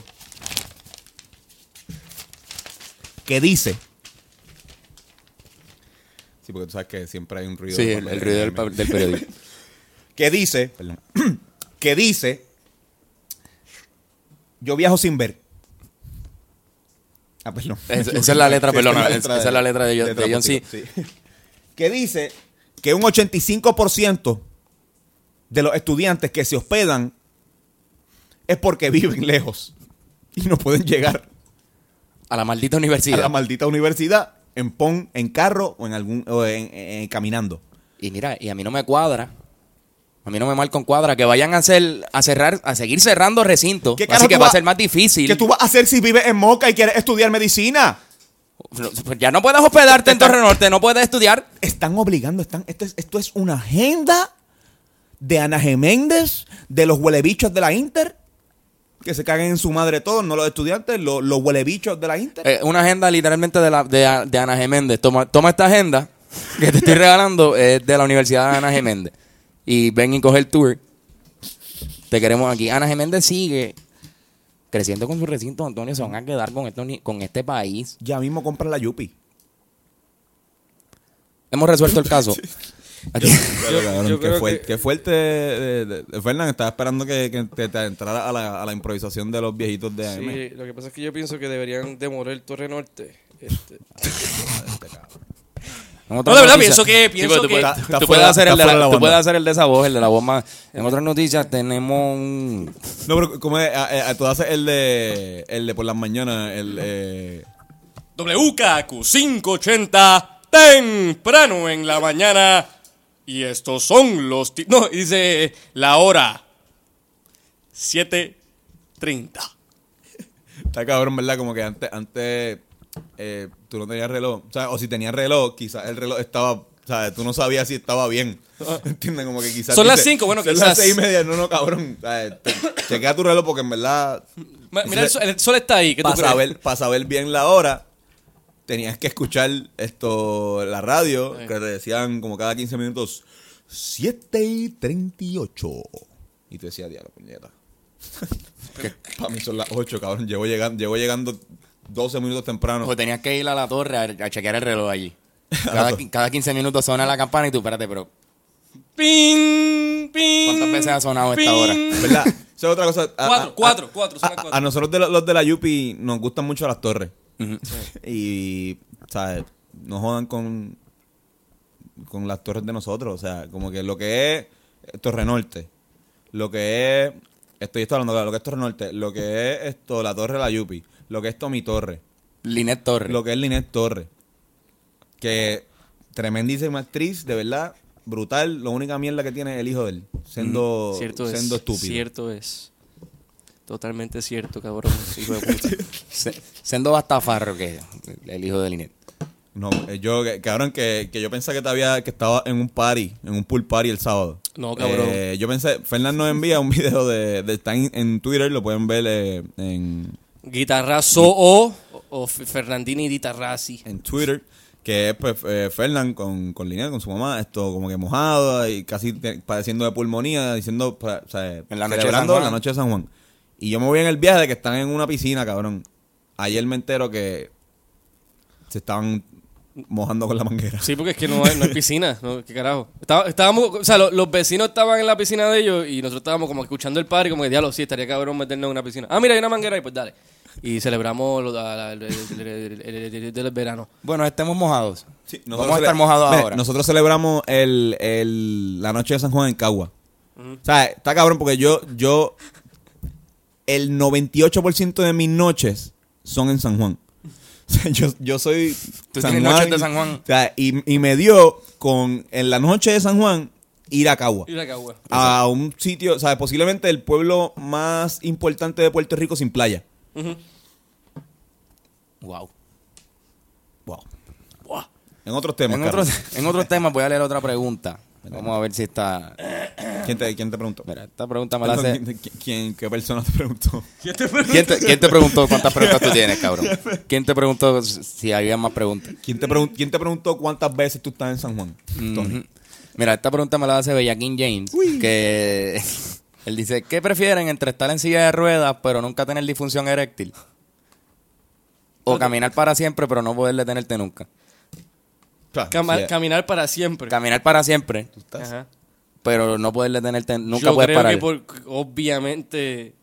que dice, Sí, porque tú sabes que siempre hay un ruido. Sí, de el, papel el ruido del, en pa- del periódico. que dice, perdón, que dice, yo viajo sin ver. Ah, perdón. Es- esa es la letra, Sí, esa perdona, la es- esa es la letra de John- de John C. Potito, sí. Que dice que un 85% de los estudiantes que se hospedan es porque viven lejos y no pueden llegar A la maldita a universidad. la maldita universidad en pon, en carro o en algún o en- en- en caminando. Y mira, y a mí no me cuadra. A mí no me mal con cuadra que vayan a hacer a cerrar a seguir cerrando recintos. ¿Qué carajo Así que tú va a vas- ser más difícil. ¿Qué tú vas a hacer si vives en Moca y quieres estudiar medicina? No, pues ya no puedes hospedarte en Está- Torre Norte, no puedes estudiar. Están obligando, están, esto, es, esto es una agenda de Ana Geméndez, de los huelebichos de la Inter, que se caguen en su madre todos, no los estudiantes, lo- los huelebichos de la Inter. Eh, una agenda literalmente de, la, de, de Ana Geméndez. Toma, toma esta agenda que te estoy regalando, es de la Universidad de Ana Geméndez. Y ven y coge el tour. Te queremos aquí. Ana Geméndez sigue creciendo con su recinto, Antonio. Se van a quedar con, esto, ni- con este país. Ya mismo compran la Yupi. Hemos resuelto el caso. Aquí- Yo- yo creo que- fuerte. eh, de- de- Fernán, estaba esperando que, que te, te entrara a la, a la improvisación de los viejitos de AM. Sí, lo que pasa es que yo pienso que deberían demoler Torre Norte. Este, En No, otras de verdad, noticias- pienso que. Pienso tú que puedes- Está- está tú fuera- puedes hacer está el de fuera de la la- tú banda. puedes hacer el de esa voz, el de la voz más. En otras noticias tenemos un. No, pero como es, a, a- a- tú haces el de, el de por las mañanas, el. eh, WKQ 580 temprano en la mañana. Y estos son los. ti- No, dice la hora 7:30. Está cabrón, ¿verdad? Como que antes, antes eh, tú no tenías reloj. O, sea, o si tenías reloj, quizás el reloj estaba. O sea, tú no sabías si estaba bien. ¿Entiendes? Como que quizás. Son las dice, cinco, bueno, son quizás. las seis y media. No, no, cabrón. O sea, te- chequea tu reloj porque en verdad. Ma- Mira, el sol, el sol está ahí. ¿Qué tú Para crees? saber, para saber bien la hora, tenías que escuchar esto, la radio, que te decían como cada 15 minutos, 7 y 38. Y tú decías, diablo, puñeta. que para mí son las 8, cabrón. Llevo llegando, llevo llegando 12 minutos temprano. Pues tenías que ir a la torre a, a chequear el reloj allí. Cada, qui- cada 15 minutos suena la campana y tú, espérate, pero Ping, ping, ¿cuántas veces ha sonado esta ping. hora? ¿Verdad? Esa es otra cosa. A- Cuatro, a- cuatro, a- cuatro, son A, las cuatro. a nosotros de los, los de la Yupi nos gustan mucho las torres. Y, ¿sabes? No jodan con, con las torres de nosotros. O sea, como que lo que es eh, Torre Norte, lo que es. Estoy estoy hablando claro, lo que es Torre Norte, lo que es esto, la Torre de la Yupi, lo que es Tommy Torre, Linet Torre. lo que es Linet Torre. Que tremendísima actriz, de verdad, brutal. La única mierda que tiene es el hijo de él, siendo, Mm, Cierto es. siendo estúpido. Cierto es. Totalmente cierto, cabrón. hijo de puta. Se- Sendo Bastafarro, que es el hijo de Linet. No, eh, yo, que- cabrón, que, que yo pensé que, te había- que estaba en un party, en un pool party el sábado. No, cabrón. Eh, yo pensé, Fernando nos envía un video de, de está en, en Twitter, lo pueden ver eh, en, Guitarrazo o, o F- Fernandini Guitarrazzi. en Twitter, que es pues, eh, Fernan con, con Linet, con su mamá, esto como que mojada y casi te- padeciendo de pulmonía, diciendo, pa- o sea, En la noche de celebrando San Juan. la noche de San Juan. Y yo me voy en el viaje de que están en una piscina, cabrón. Ayer me entero que se estaban mojando con la manguera. Sí, porque es que no hay, no hay piscina. ¿no? ¿Qué carajo? Estaba- estábamos, o sea, lo- los vecinos estaban en la piscina de ellos y nosotros estábamos como escuchando el padre, como que diablo, sí, estaría cabrón meternos en una piscina. Ah, mira, hay una manguera ahí, pues dale. Y celebramos lo- la- la- el, el- el- el- el- el verano. Bueno, estemos mojados. Sí, nosotros Vamos a cele- estar mojados Mira, ahora. Nosotros celebramos el, el- la noche de San Juan en Cagua. O sea, está cabrón porque yo, yo, el 98% de mis noches son en San Juan. O sea, yo, yo soy Tú tienes noches de San Juan. O sea, y, y me dio con, en la noche de San Juan, ir a Cagua. Y la cagua. A un sitio, o sea, posiblemente el pueblo más importante de Puerto Rico sin playa. Wow. Wow. En otros temas, En Carlos. otros en otros temas voy a leer otra pregunta. Vamos a ver si está. ¿Quién te, quién te preguntó? Mira, esta pregunta me la hace. Perdón, ¿quién- quién- ¿Qué persona te preguntó? ¿Quién te, quién te preguntó cuántas preguntas tú tienes, cabrón? ¿Quién te preguntó si había más preguntas? ¿Quién te, pregun- quién te preguntó cuántas veces tú estás en San Juan? Mm. Tony? Mira, esta pregunta me la hace Bellaquín James, que él dice, ¿qué prefieren entre estar en silla de ruedas pero nunca tener disfunción eréctil? O caminar para siempre pero no poder detenerte nunca. Claro, Cama- sí, Caminar para siempre. Caminar para siempre, Ajá. pero no poder detenerte, nunca Yo puedes creo parar. que por- obviamente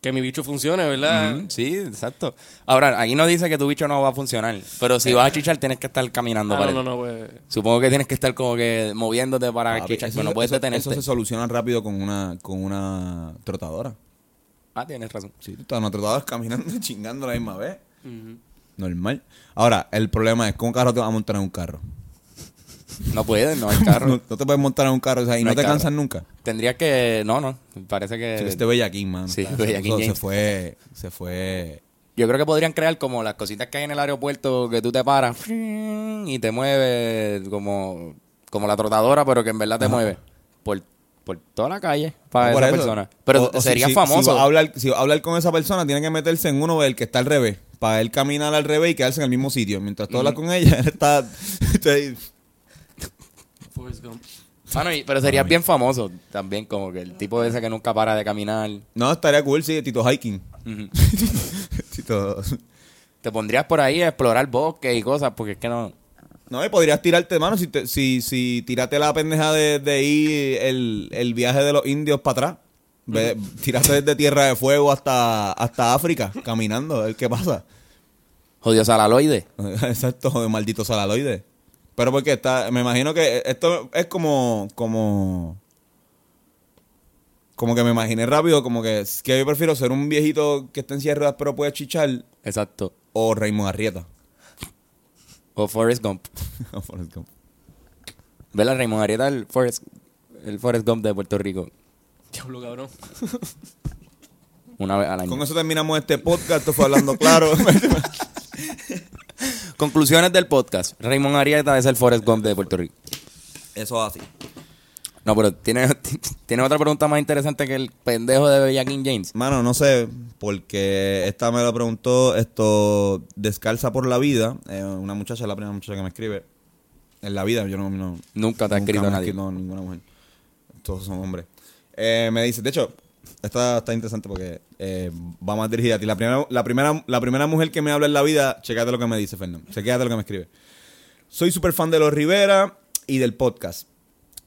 que mi bicho funcione, ¿verdad? Ujú, Sí, exacto. Ahora, aquí no dice que tu bicho no va a funcionar, pero si vas a chichar tienes que estar caminando Ah, para no, no, él. no, pues. Supongo que tienes que estar como que moviéndote para Papi, chichar, eso pero no se- puedes eso- detenerte. Eso se soluciona rápido con una, con una trotadora. Ah, tienes razón. Sí, tú estás en una trotadora caminando y chingando a la misma vez. Normal. Ahora, el problema es, ¿cómo carro te vas a montar en un carro? No puedes, no hay carro. No, no te puedes montar en un carro o sea, y No no, hay te carro. cansas nunca. Tendrías que. No, no. Parece que. Sí, este bellaquín, mano. Sí, Está- bellaquín se- Se James. fue, se fue. Yo creo que podrían crear como las cositas que hay en el aeropuerto que tú te paras y te mueves como, como la trotadora, pero que en verdad te mueve por, por toda la calle para No, por esa eso. persona. Pero O- o si- sería si- Si famoso. va, a hablar, si va a hablar con esa persona, tiene que meterse en uno del que está al revés. Para él caminar al revés y quedarse en el mismo sitio. Mientras tú hablas con ella, él está... está ahí. Forrest Gump. Mano, y- pero sería bien famoso también, como que el tipo ese que nunca para de caminar. No, estaría cool, sí, Tito Hiking. Tito... Te pondrías por ahí a explorar bosques y cosas, porque es que no. No, y podrías tirarte, mano, si, te- si, si tirate la pendeja de, de ir el, el viaje de los indios para atrás. Ve- Tirarte desde Tierra de Fuego hasta, hasta África, caminando, a ver qué pasa. Jodió Salaloide. Exacto, de maldito salaloide. Pero porque está, me imagino que esto es como, como, como que me imaginé rápido, como que, que yo prefiero ser un viejito que esté en silla de ruedas pero puede chichar, Exacto. o Raymond Arrieta. O Forrest Gump. Forrest Gump. ¿Verdad, Raymond Arieta? El Forrest, el Forrest Gump de Puerto Rico. Diablo, cabrón. Una vez al año. Con eso terminamos este podcast, esto fue hablando claro. Conclusiones del podcast. Raymond Arieta es el Forrest Gump de Puerto Rico. Eso es así. No, pero tiene, tiene otra pregunta más interesante que el pendejo de Bellaquín James. Mano, no sé, porque esta me lo preguntó esto Descalza por la vida, eh, una muchacha, la primera muchacha que me escribe. En la vida, yo no, no- Nunca te ha escrito me ha nadie. escrito ninguna mujer. Todos son hombres. Eh, me dice, de hecho, esta está interesante porque eh, va más dirigida a ti. La primera, la, primera, la primera mujer que me habla en la vida, checate lo que me dice, Fernando. Checate lo que me escribe. Soy súper fan de los Rivera y del podcast.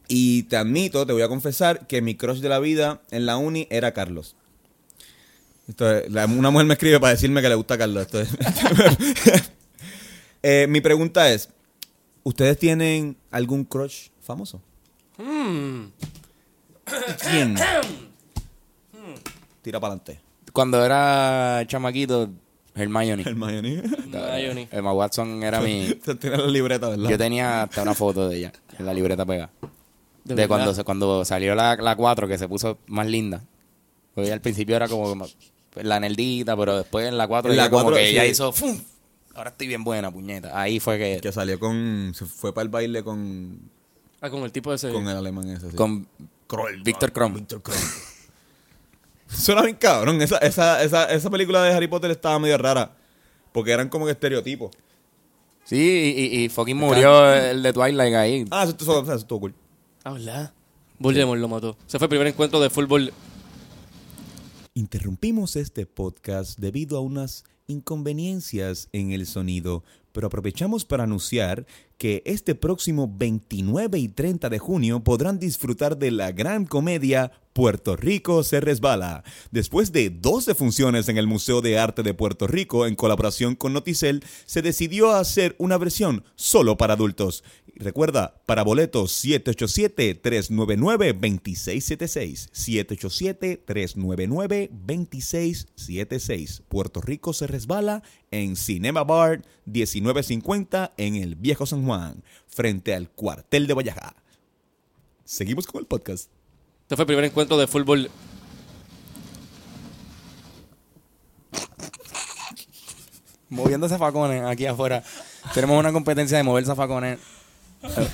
Y te admito, te voy a confesar, que mi crush de la vida en la uni era Carlos. Esto es- la- una mujer me escribe para decirme que le gusta Carlos. Esto es- Eh, mi pregunta es, ¿ustedes tienen algún crush famoso? Hmm. ¿Quién? Hmm. Tira para adelante. Cuando era chamaquito, Hermione. El Miami. Hermione. Emma Watson era mi... Te tiras la libreta, ¿verdad? Yo tenía hasta una foto de ella en la libreta pegada. De, verdad. cuando, se- cuando salió la, la 4, que se puso más linda. Porque ella al principio era como más- la nerdita, pero después en la 4 En la ella como cuatro, que ella sí. hizo... ¡fum! Ahora estoy bien buena, puñeta. Ahí fue que... Que salió con... Se fue para el baile con, Ah, con el tipo de ese. con el alemán ese. sí. con Víctor Crumb. Suena bien cabrón. Esa, esa, esa, esa película de Harry Potter estaba medio rara. Porque eran como que estereotipos. Sí, y, y- y fucking murió el de Twilight ahí. Ah, eso, eso, eso estuvo cool. Ah, ¿verdad? Voldemort lo mató. Ese fue el primer encuentro de fútbol. Interrumpimos este podcast debido a unas inconveniencias en el sonido, pero aprovechamos para anunciar que este próximo 29 y 30 de junio podrán disfrutar de la gran comedia Puerto Rico se resbala. Después de 12 funciones en el Museo de Arte de Puerto Rico en colaboración con Noticel, se decidió hacer una versión solo para adultos. Recuerda, para boletos 787-399-2676. 787-399-2676. Puerto Rico se resbala en Cinema Bar 1950 en el Viejo San Juan, frente al cuartel de Vallaja. Seguimos con el podcast. Ese fue el primer encuentro de fútbol. Moviendo zafacones aquí afuera. Tenemos una competencia de mover zafacones.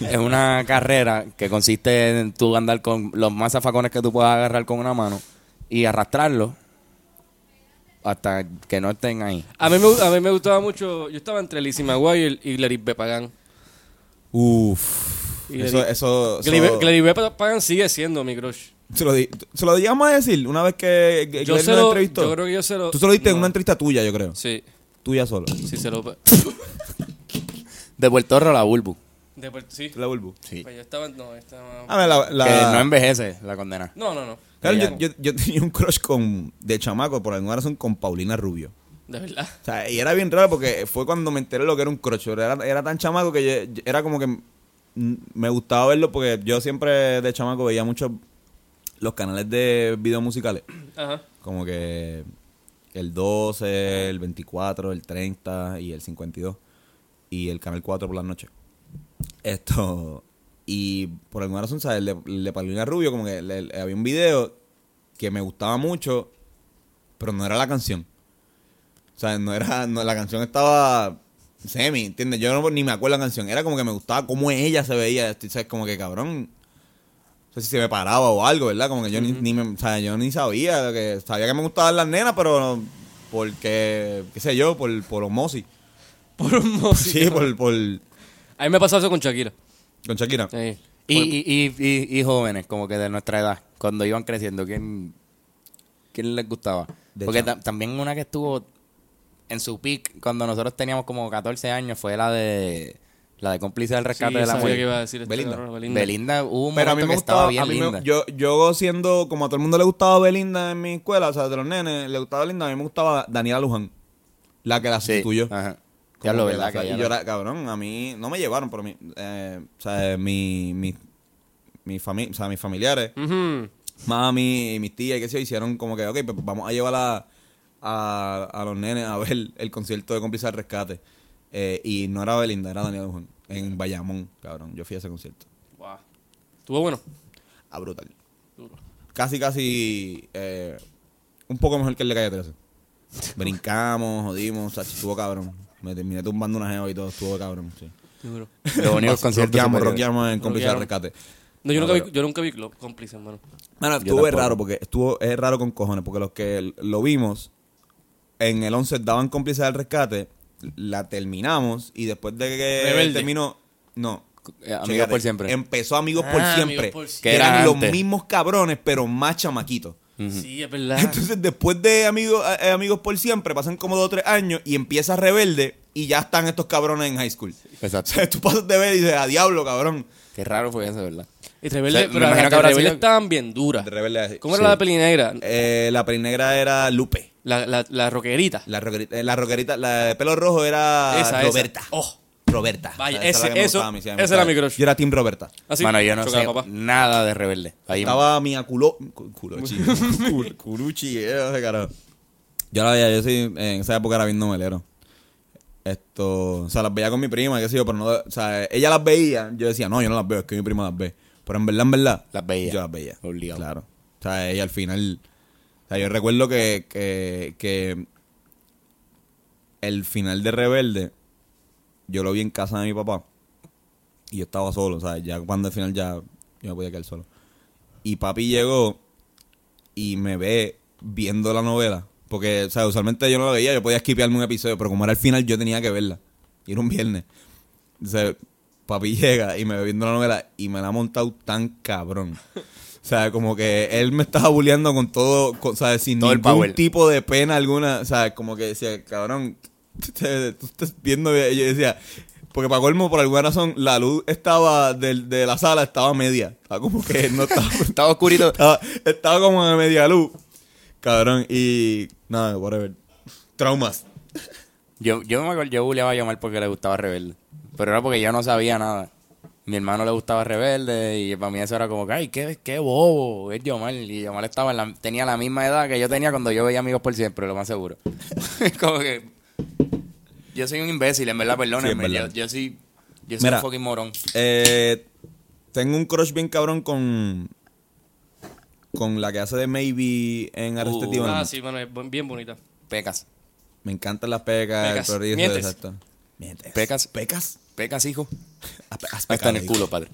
Es una carrera que consiste en tú andar con los más zafacones que tú puedas agarrar con una mano y arrastrarlos hasta que no estén ahí. A mí, me, gu- a mí me gustaba mucho. Yo estaba entre Lizzie McGuire y Gladys B. Pagan. Uf. Y Eso, le- eso, eso- Gladys Gladys B. Pagan sigue siendo mi crush. se lo, di- se lo llegamos a decir una vez que que Yo, Glenn se nos lo, entrevistó. yo creo que yo se lo. Tú se lo diste en no. una entrevista tuya, yo creo. Sí, Tuya solo. sí se lo. De Puerto Rico a la Bulbu. De Puerto- sí. La Bulbu. Sí. Pues yo estaba. No, estaba. Ah, la, la- Que no envejece la condena. No, no, no. Claro, Ella yo, yo- yo tenía un crush con, de chamaco, por alguna razón, con Paulina Rubio. no. De verdad. O sea, y era bien raro porque fue cuando me enteré lo que era un crush. Era, era tan chamaco que yo- yo- era como que mm, me gustaba verlo porque yo siempre de chamaco veía muchos los canales de videos musicales. Ajá. Como que el 12, el 24, el 30 y el 52. Y el canal 4 por las noches. Esto. Y por alguna razón, ¿sabes? El de, el de Paulina Rubio, como que le- le- había un video que me gustaba mucho, pero no era la canción. O sea, no era. No, la canción estaba. Semi, ¿entiendes? Yo no- ni me acuerdo la canción. Era como que me gustaba cómo ella se veía. estoy- ¿Sabes? Como que cabrón. O sea, si se me paraba o algo, ¿verdad? Como que yo ni, ni me- o sea, yo ni sabía. lo que Sabía que me gustaban las nenas, pero no- porque. ¿Qué sé yo? Por, por osmosis. Por un mozo. Sí, por, por. A mí me pasó eso con Shakira. Con Shakira. Sí. Y, Pues, y, y, y- y jóvenes, como que de nuestra edad, cuando iban creciendo, ¿quién, quién les gustaba? De Porque chamo. ta- también una que estuvo en su pick cuando nosotros teníamos como 14 años fue la de la de cómplice del rescate Sí, de la sabía que mujer. iba a decir esto, Belinda. no, no, Belinda. Belinda hubo un Pero a mí momento me que estaba gustaba. bien a mí me- linda. yo, yo siendo. Como a todo el mundo le gustaba Belinda en mi escuela, o sea, de los nenes, le gustaba Belinda. A mí me gustaba Daniela Luján. La que la Sí, sustituyó. ajá. Ya Como lo que, o verdad sea, que y ya yo lo- era, cabrón, a mí no me llevaron, pero mi, eh, o sea, mi, mi, mi fami- o sea, mis familiares, Ujú. mami y mis tías y qué sé yo, hicieron como que, ok, pues vamos a llevar a, a, a los nenes a ver el concierto de Cómplice al Rescate. Eh, y no era Belinda, era Daniel Luján, en Bayamón, cabrón. Yo fui a ese concierto. Guau. Estuvo bueno. A brutal. Duro. Casi, casi, eh, un poco mejor que el de Calle 13. Brincamos, jodimos, o sea, estuvo cabrón. Me terminé tumbando una jeva y todo, estuvo cabrón, sí. Duro. Los únicos conciertos Roqueamos, superiores. roqueamos en cómplice de Rockearon. rescate. No, Ah, yo, No, nunca vi, pero- yo nunca vi Club Cómplice, hermano. Mano, estuvo tampoco. raro porque estuvo es raro con cojones porque los que lo vimos en el 11 daban cómplice del rescate, la terminamos y después de que Rebelde. terminó no Eh, Amigos Chécate, por siempre. Empezó Amigos Ah, por Amigos Siempre. por Siempre. Que Que eran era los antes. mismos cabrones, pero más chamaquitos. Sí, es verdad. Entonces, después de Amigos, eh, Amigos por Siempre, pasan como dos o tres años y empieza Rebelde y ya están estos cabrones en high school. O Exacto. sea, tú pasas de ver y dices, a diablo, cabrón. Qué raro fue eso, ¿verdad? y Rebelde, O sea, me pero imagino las que de habrá Rebelde sido- estaban bien duras. De Rebelde así. ¿Cómo era la de peli negra? Eh, la perinegra era Lupe. La, la, la rockerita. La roquerita, eh, la roquerita, la de pelo rojo era Esa, esa. Roberta. Oh. Roberta. Vaya, O sea, ese- esa era la que me eso- gustaba a mí, sí, me ese gustaba. era mi crush. Yo era Team Roberta. Así, bueno, yo no Ah, chocaba, sé papá. nada de rebelde. Ahí Estaba Mia Culo... Cu- Culochi. Cul- Culuchi, eh, ese carajo. Yo la veía, yo sí, en esa época era bien novelero. Esto, o sea, las veía con mi prima, qué sé yo, pero no, o sea, ella las veía, yo decía, no, yo no las veo, es que mi prima las ve. Pero en verdad, en verdad, Las veía. Yo las veía. Obligado. Claro. O sea, ella al final, o sea, yo recuerdo que, que, que el final de Rebelde, yo lo vi en casa de mi papá y yo estaba solo, o sea, ya cuando al final ya yo me podía quedar solo. Y papi llegó y me ve viendo la novela. Porque, o sea, usualmente yo no la veía, yo podía esquipearme un episodio, pero como era el final, yo tenía que verla. Y era un viernes. O sea, papi llega y me ve viendo la novela y me la ha montado tan cabrón. O sea, como que él me estaba bulleando con todo, con- o sea, sin Todo el ningún power. tipo de pena alguna. O sea, como que decía, cabrón, tú te- tú estás viendo. Y yo decía, porque para colmo, por alguna razón, la luz estaba del- de, la sala, estaba media. Estaba como que no estaba. Estaba oscurito. estaba, estaba como a media luz. Cabrón, y nada, whatever. Traumas. Yo, yo me acuerdo, yo buleaba a llamar porque le gustaba Rebelde. Pero era porque yo no sabía nada. Mi hermano le gustaba Rebelde y para mí eso era como que, ay, qué, qué bobo, es Yomar. Y Yomar estaba en la- tenía la misma edad que yo tenía cuando yo veía Amigos por Siempre, lo más seguro. como que... Yo soy un imbécil, en verdad, perdónenme. Sí, en verdad. Yo, yo soy, yo soy Mira. un fucking morón. Eh, tengo un crush bien cabrón con. Con la que hace de Maybe en Arrested Uh, Development. Ah, sí, mano, es bu- bien bonita. Pecas. Me encantan las pecas, Pecas. el chorizo, Mientes. exacto. Mientes. Pecas. Pecas. Pecas, hijo. Has Ah, pe- has Está en el pecado, culo, hijo. padre.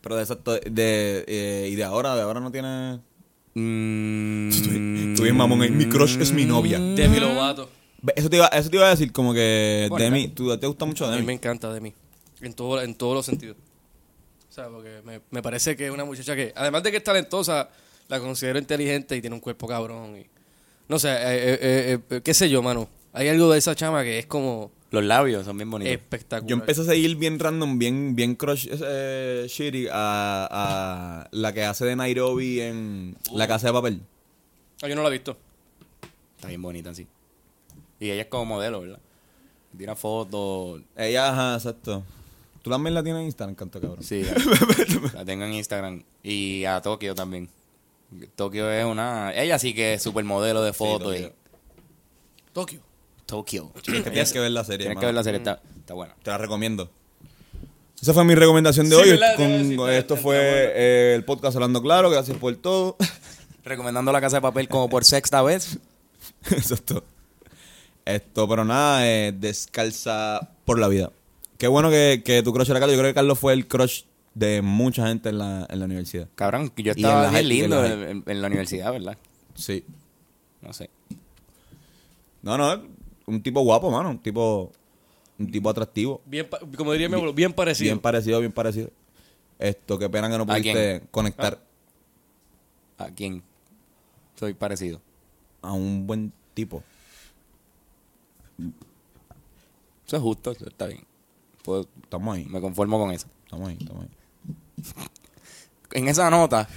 Pero de exacto, de, eh, y de ahora, de ahora no tiene... Mm, Tú bien mamón, eh, mi crush es mi novia. Demi Lovato. Ve, Eso te iba, eso te iba a decir, como que Bueno, Demi, tú te gusta mucho A mí me Demi. encanta Demi. En, todo, en todos los sentidos. O sea, porque me, me parece que es una muchacha que, además de que es talentosa, la considero inteligente y tiene un cuerpo eh, cabrón. Y, no sé, eh, eh, eh, eh, qué sé yo, mano. Hay algo de esa chama que es como... Los labios son bien bonitos. Espectacular. Yo empecé a seguir bien random, bien, bien crush eh, shitty a, a la que hace de Nairobi en Oh. La Casa de Papel. Ah, yo no la he visto. Está bien bonita, sí. Y ella es como modelo, ¿verdad? Tira fotos. Ella, ajá, exacto. Tú también la tienes en Instagram, canto cabrón. Sí. la tengo en Instagram. Y a Tokio también. Tokio es una. Ella sí que es supermodelo de fotos. y- Tokio. Tokio. Tokio. Que tienes que ver la serie. Tienes que mano. ver la serie. Está, está buena. Te la recomiendo. Esa fue mi recomendación de Sí, hoy. ¿verdad? Con- Sí, está- esto está fue bueno. eh, el podcast Hablando Claro. Gracias por todo. Recomendando la casa de papel como por sexta vez. Exacto. Esto, pero nada, eh, descalza por la vida. Qué bueno que, que tu crush era Carlos. Yo creo que Carlos fue el crush de mucha gente en la, en la universidad. Cabrón, yo en estaba la bien high- y en lindo la en, en- en la universidad, ¿verdad? Sí. No sé. No, no, un tipo guapo, mano. Un tipo, un tipo atractivo. Bien, pa- como diría mi abuelo, bien parecido. Bien parecido, bien parecido. Esto, qué pena que no ¿A quién? pudiste conectar ¿A quién? Soy parecido. a un buen tipo. Eso es justo, eso está bien. Puedo- Estamos ahí, me conformo con eso. estamos ahí, estamos ahí. En esa nota,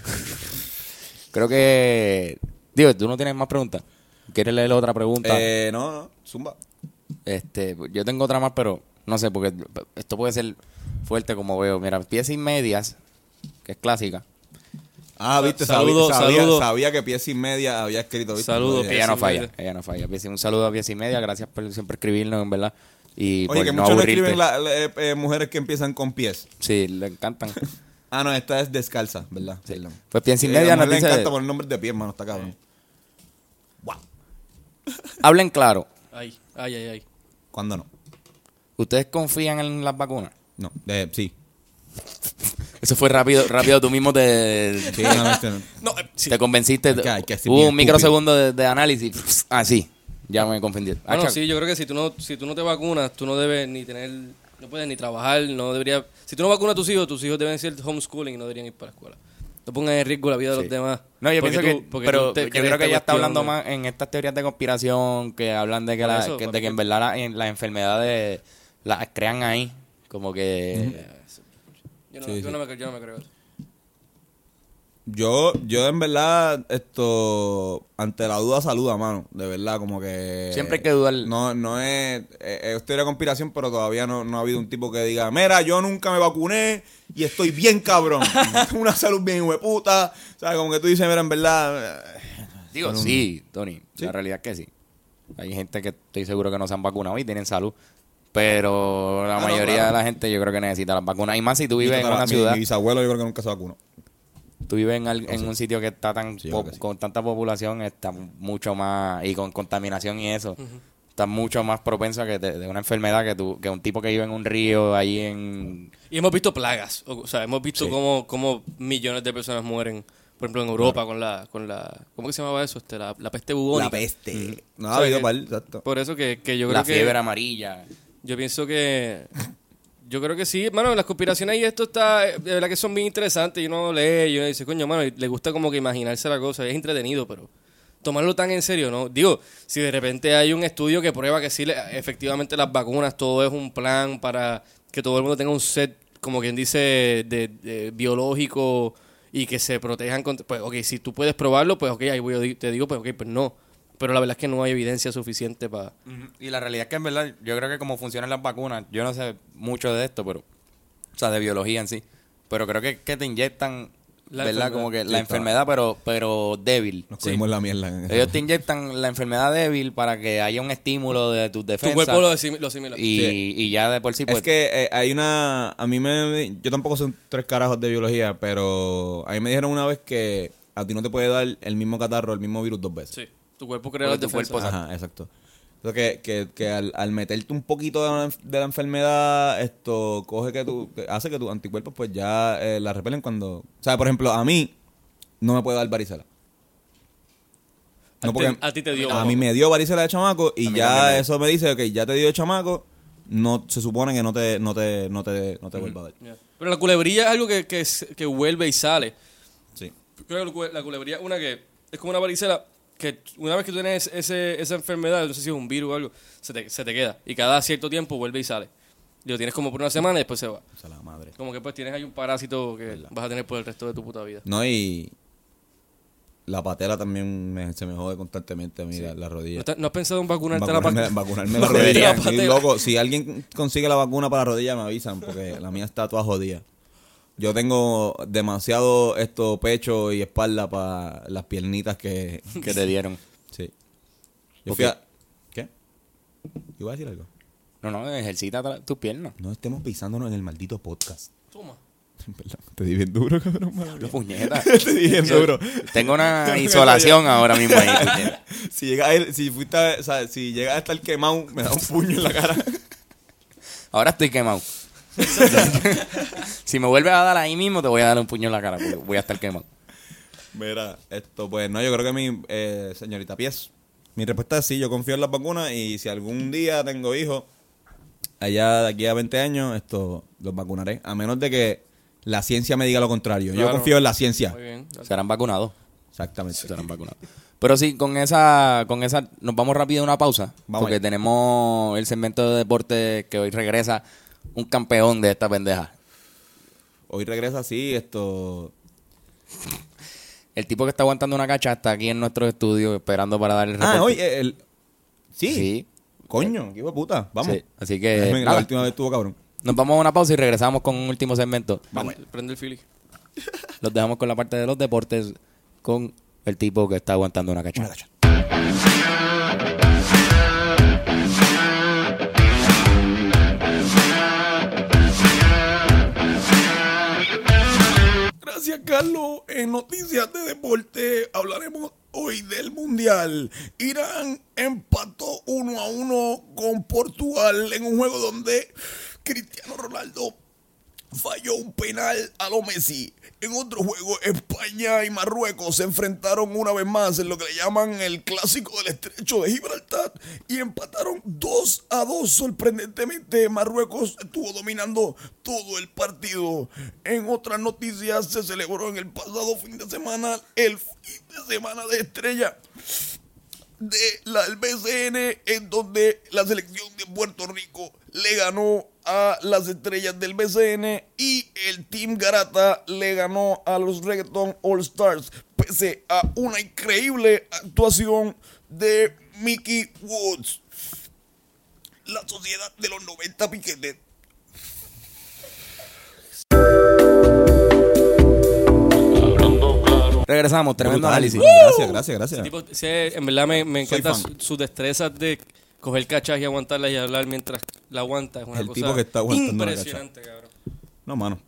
creo que. Digo, tú no tienes más preguntas. ¿Quieres leer otra pregunta? Eh, no, no, zumba. Este, yo tengo otra más, pero no sé, porque esto puede ser fuerte como veo. Mira, pies y medias, que es clásica. Ah, viste, Saludo, sabía, sabía, saludo. sabía que pies y media había escrito. ¿viste? Saludo, Oye, Pies Ella no y falla, media. ella no falla. Pies y- Un saludo a pies y media, gracias por siempre escribirnos, en verdad. Y Oye, por que no muchos no aburrirte. escriben la- la- eh, eh, mujeres que empiezan con pies. Sí, le encantan. Ah, no, esta es descalza, ¿verdad? Sí. Pues pies y media nos le dice- encanta poner nombres de pies, mano, está cabrón. Wow. Hablen claro, Ay, ay, ay, ay. ¿Cuándo no? ¿ustedes confían en las vacunas? No, eh, sí. Eso fue rápido, rápido, tú mismo te, Sí, no, no, este no. No, eh, sí. te convenciste. Hay que- hay que ser Hubo bien un estúpido. microsegundo de, de análisis. Ah, sí, ya me confundí. Ah, Bueno, chac- sí, yo creo que si tú no, si tú no te vacunas, tú no debes ni tener, no puedes ni trabajar, no debería. Si tú no vacunas a tus hijos, tus hijos deben ser homeschooling y no deberían ir para la escuela. No pongan en riesgo la vida de Sí. los demás. No, yo Porque pienso tú- que. porque Pero tú te yo crees creo que esta ella está cuestión hablando de- más en estas teorías de conspiración que hablan de que, Por la- eso, que- de papi, que en verdad la- en- las enfermedades las crean ahí. Como que. Yo no, Sí, yo sí. no me, yo no me creo eso. Yo, yo en verdad, esto, ante la duda saluda, mano, de verdad, como que... Siempre hay que dudar. No, no es, eh, es teoría de conspiración, pero todavía no, no ha habido un tipo que diga, mira, yo nunca me vacuné y estoy bien cabrón, Tengo una salud bien hueputa, ¿sabes? Como que tú dices, mira, en verdad... eh, Digo, Pero- sí, Tony. Sí. La realidad es que sí. Hay gente que estoy seguro que no se han vacunado y tienen salud. Pero la Ah, no, mayoría claro. de la gente yo creo que necesita las vacunas. Y más si tú mi vives en tatara- una mi- ciudad, Mi bisabuelo yo creo que nunca se vacunó. tú vives en, al- en un sitio que está tan Sí, yo po- creo que sí. con tanta población, está mucho más, y con contaminación y eso, está mucho más propenso a que te- de una enfermedad que tú, que un tipo que vive en un río ahí en Y hemos visto plagas, o, o sea, hemos visto Sí. cómo, cómo millones de personas mueren, por ejemplo, en Europa con la, con la, ¿cómo que se llamaba eso? Este, la, la peste bubónica. peste. Mm. No, O ha sea, habido que- par, exacto. Por eso que, que yo creo la que... fiebre amarilla. Yo pienso que. Yo creo que sí, hermano, las conspiraciones y esto está. De verdad que son bien interesantes. Y uno lee y uno dice, coño, hermano, le gusta como que imaginarse la cosa. Es entretenido, pero tomarlo tan en serio, ¿no? Digo, si de repente hay un estudio que prueba que sí, le- efectivamente las vacunas, todo es un plan para que todo el mundo tenga un set, como quien dice, de, de biológico y que se protejan contra. Pues, ok, si tú puedes probarlo, pues, ok, ahí voy, yo di- te digo, pues, ok, pues no. Pero la verdad es que no hay evidencia suficiente para. Y la realidad es que en verdad, yo creo que como funcionan las vacunas, yo no sé mucho de esto, pero, o sea, de biología en sí, pero creo que, que te inyectan, La ¿verdad? enfermedad. Como que Sí, la está. enfermedad, pero, pero débil. Nos Sí. comimos la mierda. en esa. Ellos te inyectan la enfermedad débil para que haya un estímulo de tus Tu defensas. cuerpo lo, asim- lo asimila. y, y ya de por sí, pues, es que eh, hay una. A mí me. Yo tampoco sé un tres carajos de biología, pero a mí me dijeron una vez que a ti no te puede dar el mismo catarro, el mismo virus dos veces. Sí, tu cuerpo crea Porque las tu defensas. cuerpo- Ajá, exacto. Entonces, que, que, que al, al meterte un poquito de la, de la enfermedad, esto coge que tú, que hace que tus anticuerpos pues ya eh, la repelen cuando... O sea, por ejemplo, a mí no me puede dar varicela. A ti- a ti te dio, A vamos. mí me dio varicela de chamaco y A mí también me ya dio. eso me dice, ok, ya te dio de chamaco, no, se supone que no te, no te, no te, no te vuelva a dar. Ya. Pero la culebrilla es algo que, que, s- que vuelve y sale. Sí. Creo que la cu- la culebrilla es una que es como una varicela que que una vez que tú tienes ese, esa enfermedad, no sé si es un virus o algo, se te, se te queda. Y cada cierto tiempo vuelve y sale. Y lo tienes como por una semana y después se va. O sea, la madre. Como que pues tienes ahí un parásito que vas a tener por el resto de tu puta vida. No, y la patela también me- se me jode constantemente a mí la, la ¿No, rodilla. está- no has pensado en vacunarte la Vacunarme, pa- vacunarme la vacunarte rodilla. patela? Y, loco, si alguien consigue la vacuna para la rodilla, me avisan, porque la mía está toda jodida. Yo tengo demasiado esto pecho y espalda para las piernitas que, que te dieron. Sí. Yo fui a- ¿Qué? ¿Iba a decir algo? No, no, ejercita tra- tus piernas. No estemos pisándonos en el maldito podcast. Toma. Perdón, Te di bien duro, cabrón. mala Los mía. puñetas. Te di bien duro. Tengo una isolación ahora mismo ahí. puñeta. Si llega a ir- si fuiste, a- o sea, si llegas a estar quemado, me da un puño en la cara. Ahora estoy quemado. si me vuelves a dar ahí mismo, te voy a dar un puño en la cara porque voy a estar quemado. Mira, esto, pues no, yo creo que mi eh, señorita Pies. Mi respuesta es sí, yo confío en las vacunas y si algún día tengo hijos, allá de aquí a 20 años, esto, los vacunaré. A menos de que la ciencia me diga lo contrario. Yo Claro. confío en la ciencia. Muy bien. Serán vacunados. Exactamente. Serán vacunados. Pero sí, con esa, con esa, nos vamos rápido a una pausa. Vamos porque allá. tenemos el segmento de deporte que hoy regresa un campeón de esta pendeja. Hoy regresa así, esto. El tipo que está aguantando una cacha está aquí en nuestro estudio esperando para dar el reporte. Ah, hoy, eh, el. Sí. Sí. Coño, qué hijo de puta. Vamos. Sí, así que, Déjame La nada. última vez estuvo cabrón. Nos vamos a una pausa y regresamos con un último segmento. Prende- Prende el fili. Los dejamos con la parte de los deportes con el tipo que está aguantando una cacha. Gracias, Carlos. En Noticias de Deporte hablaremos hoy del Mundial. Irán empató uno a uno con Portugal en un juego donde Cristiano Ronaldo falló un penal a lo Messi. En otro juego, España y Marruecos se enfrentaron una vez más en lo que le llaman el clásico del estrecho de Gibraltar y empataron 2 a 2. Sorprendentemente, Marruecos estuvo dominando todo el partido. En otras noticias, se celebró en el pasado fin de semana el fin de semana de estrella de la del BCN en donde la selección de Puerto Rico le ganó a las estrellas del BCN y el Team Garata le ganó a los Reggaeton All Stars pese a una increíble actuación de Mickey Woods. La sociedad de los 90 piquetes hablando claro, Regresamos, tremendo Brutal. análisis. Gracias, gracias, gracias. Este Tipo, sí, en verdad me, me Soy encanta fan. su- sus destrezas de coger cachas y aguantarlas y hablar mientras la aguanta. Es una El cosa tipo que está aguantando la cacha. impresionante, cabrón. No, mano.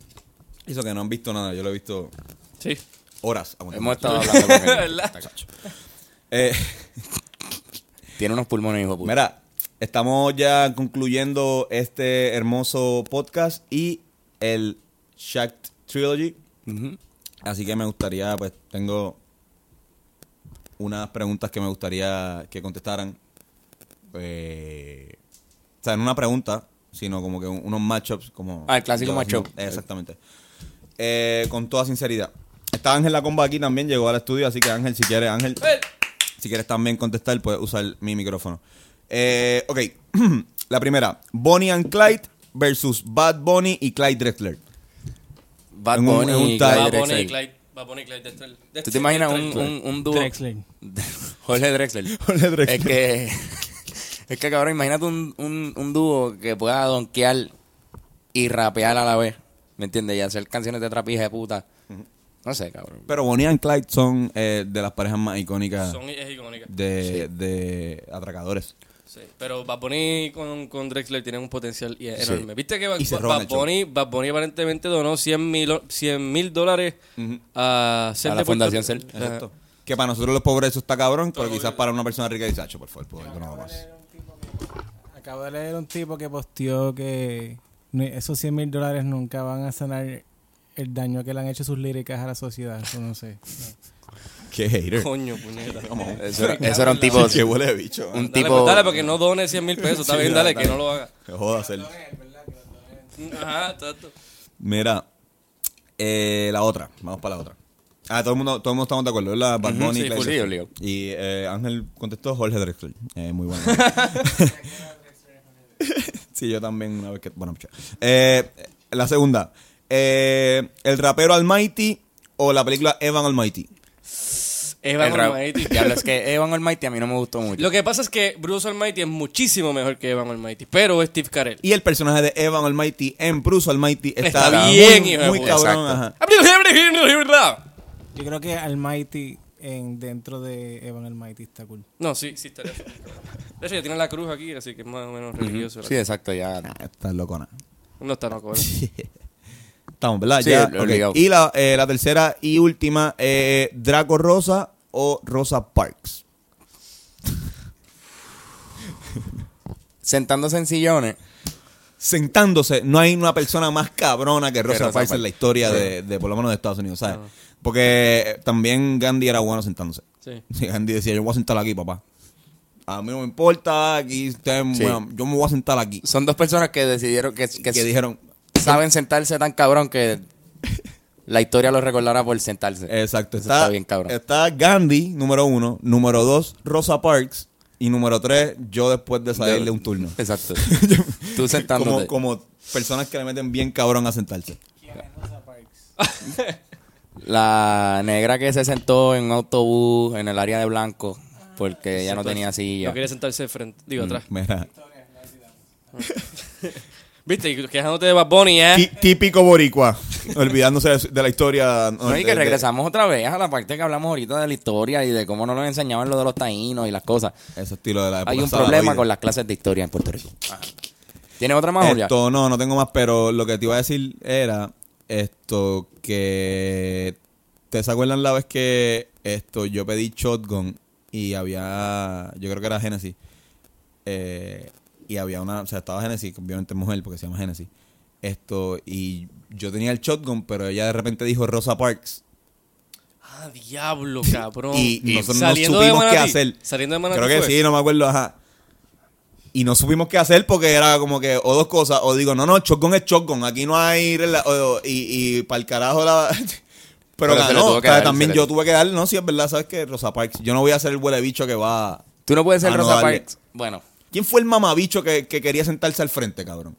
Eso que no han visto nada, yo lo he visto Sí. horas. aguantando. Hemos estado hablando con él. ¿Verdad? Eh, Tiene unos pulmones, hijo de puta. mira, estamos ya concluyendo este hermoso podcast y el Shaq Trilogy. Ujú. Así que me gustaría, pues tengo unas preguntas que me gustaría que contestaran. Eh, o sea, no una pregunta, sino como que un- unos matchups. Como Ah, el clásico yo matchup. haciendo- Exactamente. Eh, con toda sinceridad. Está Ángel La Comba aquí también, llegó al estudio, así que Ángel, si quieres, Ángel, ¡Eh! si quieres también contestar, puedes usar mi micrófono. Eh, ok, la primera, Bonnie and Clyde versus Bad Bunny y Clyde Drexler. Bad en un- Bunny, en un y tal- Va a Clyde poner Drexler. Clyde. Va a poner Clyde de Estrella. De ¿Tú te imaginas un, Estrella. un, un dúo? Drexler. Ah. Jorge Drexler. Jorge Drexler. Es que, es que cabrón, imagínate un, un, un dúo que pueda donkear y rapear a la vez. ¿Me entiendes? Y hacer canciones de trapija de puta. No sé, cabrón. Pero Bonnie and Clyde son eh, de las parejas más icónicas Son, es icónica. de, de atracadores. Sí, pero Bad Bunny con, con Drexler tienen un potencial y es enorme. ¿Viste que Bad, Y se Bad roban el show. Bunny, Bad Bunny aparentemente donó 100 mil, 100 mil dólares a, Ah, Cel A de la Puerto- Fundación Cel. Ajá. Exacto. Que para nosotros los pobres eso está cabrón, pero quizás para una persona rica dice, "Acho, por favor, puedo algo nada más. Acabo de leer un tipo que posteó que ni- esos 100 mil dólares nunca van a sanar el daño que le han hecho sus líricas a la sociedad. Eso no sé. Qué hater. Coño, puñeta. Eso era, eso era un tipo. Qué huele de bicho. Un Dale, tipo. pues, dale, porque no done 100 mil pesos. Está Sí, bien, dale, dale, dale. que no lo haga. Qué joda hacer. Ajá, exacto. Mira, eh, la otra. Vamos para la otra. Ah, todo el mundo, todo el mundo estamos de acuerdo, ¿verdad? Bad Ujú, Bunny, sí, Clay full. Sexton. Sí, obligado. Y eh, Ángel contestó Jorge Drexler. Eh, muy bueno. sí, yo también una vez que... Bueno, muchacho. Eh, la segunda. Eh, ¿El rapero Almighty o la película Evan Almighty? Evan El rap- Almighty. Diablo, es que Evan Almighty a mí no me gustó mucho. Lo que pasa es que Bruce Almighty es muchísimo mejor que Evan Almighty, pero Steve Carell. Y el personaje de Evan Almighty en Bruce Almighty está, Está bien, muy, hijo de muy puta. cabrón. Exacto. ajá. Yo creo que Almighty en, dentro de Evan Almighty está cool. No, sí, sí estaría. De hecho, ya tiene la cruz aquí, así que es más o menos religioso. Sí, exacto, ya. Ah, está locona. No está no cobrón. Estamos, ¿verdad? Sí, Ya, lo- lo ok. obligado. Y la, eh, la tercera y última, eh, Draco Rosa o Rosa Parks. Sentándose en sillones. Sentándose, no hay una persona más cabrona que Rosa, Rosa Parks en Parks. Ah. la historia de, de, por lo menos de Estados Unidos, ¿sabes? Porque eh, también Gandhi era bueno sentándose. Sí. Sí, Gandhi decía, yo me voy a sentar aquí, papá. A mí no me importa, aquí ustedes, Sí. bueno, yo me voy a sentar aquí. Son dos personas que decidieron que, Que, que dijeron, saben sentarse tan cabrón que la historia los recordará por sentarse. exacto, Eso está, está bien cabrón. está Gandhi, número uno, número dos, Rosa Parks, y número tres, yo después de salirle un turno. Exacto. Tú como, sentándote. como personas que le meten bien cabrón a sentarse. La negra que se sentó en un autobús en el área de blanco porque ella no tenía silla. No quiere sentarse de frente, Mm. digo atrás. Mira, Viste, y quejándote de Bad Bunny, ¿eh? tí- típico boricua, olvidándose de su- de la historia. No, y de- que de- regresamos otra vez a la parte que hablamos ahorita de la historia y de cómo no nos enseñaban lo de los taínos y las cosas. Ese estilo de la época Hay un sábado, problema oye. con las clases de historia en Puerto Rico. ¿Tienes otra más, Julia? Esto, no, no tengo más, pero lo que te iba a decir era esto que... ¿Te se acuerdan la vez que esto yo pedí Shotgun y había... Yo creo que era Genesis. eh, y había una... O sea, estaba Genesis, que obviamente es mujer porque se llama Genesis. Esto, y yo tenía el Shotgun, pero ella de repente dijo Rosa Parks. Ah, diablo, cabrón. Y nosotros no Saliendo de supimos qué Manatí. hacer. Saliendo de Manatí. Creo que fue. sí, no me acuerdo, ajá. Y no supimos qué hacer porque era como que o dos cosas, o digo, no, no, Chocón es Chocón, aquí no hay... rela- o- y para el carajo la... Pero Pero, se le ganó, tuvo o que sea, dar, también se le- yo tuve que darle, no, si es verdad, ¿sabes qué? Rosa Parks, yo no voy a ser el huele bicho que va... Tú no puedes ser Ah, no, Rosa dale. Parks. Bueno, ¿Quién fue el mamabicho que, que quería sentarse al frente, cabrón?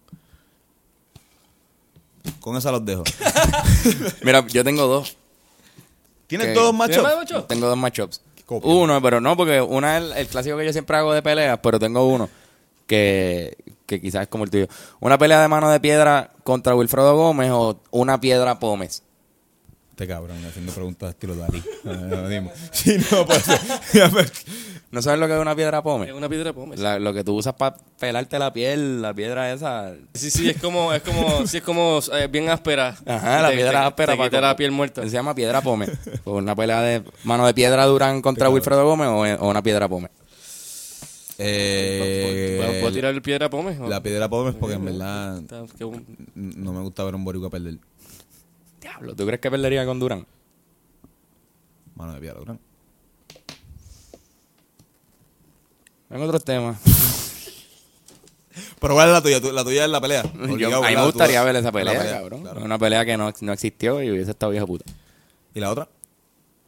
Con esa los dejo. mira, yo tengo dos. ¿Tienes ¿Qué? todos ¿Tienes machos? más, macho? Tengo dos matchups. Copia. Uno, pero no, porque una es el, el clásico que yo siempre hago de peleas, pero tengo uno que, que quizás es como el tuyo. Una pelea de mano de piedra contra Wilfredo Gómez o una piedra Pómez. Este cabrón haciendo preguntas estilo Dalí. Ah, no, dime. Sí, no, puede ser. ¿No sabes lo que es una piedra Pómez? Es una piedra pómez. La- lo que tú usas para pelarte la piel, la piedra esa. Sí, sí, es como, es como, sí, es como eh, bien áspera. Ajá, la Te- piedra te- áspera. te para- quita la piel muerta. Se llama piedra Pómez. O una pelea de mano de piedra Durán contra Wilfredo Gómez o, o una piedra Pómez. Pues, Eh, ¿Puedo, puedo tirar el piedra pómez? o- La piedra pómez porque en verdad Está- que un- no me gusta ver a un boricua perder. Diablo, ¿tú crees que perdería con Durán? Mano de piedra, Durán. En otros temas. Pero ¿cuál es la tuya? Tú- La tuya es la pelea. Yo- Obligado, a mí ¿verdad? me Tú- gustaría ver esa la pelea, cabrón. claro. Una pelea que no, no existió y hubiese estado viejo puta. ¿Y la otra?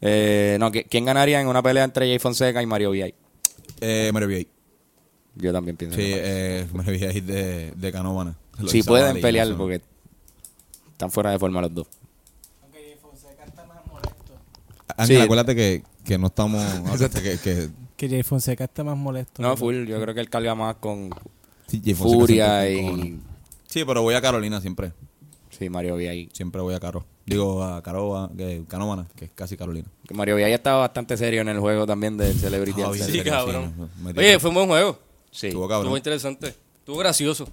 Eh, no, ¿qui- ¿quién ganaría en una pelea entre Jay Fonseca y Mario VI? Eh, Mario Villay. Yo también pienso. Sí, que no. eh, Mario Villay de, de Canóvana. Se lo si hizo pueden Dalí, pelear no sé. porque están fuera de forma los dos. Aunque Fonseca está más molesto. Ángel, Sí. Ah, acuérdate que, que no estamos... que, que, Que Jay Fonseca está más molesto. No, full, yo creo que él carga más con sí, Jay Fonseca Furia siempre y está con- Sí, pero voy a Carolina siempre. sí, Mario VI. Siempre voy a Caro. Digo, a Caro, a- que, Canóvana, que es casi Carolina. Que Mario VI estaba bastante serio en el juego también del Celebrity Ah, Answer. sí. Sí, no, cabrón. me tiró. Oye, fue un buen juego. Sí. Estuvo cabrón. Estuvo interesante. Estuvo gracioso.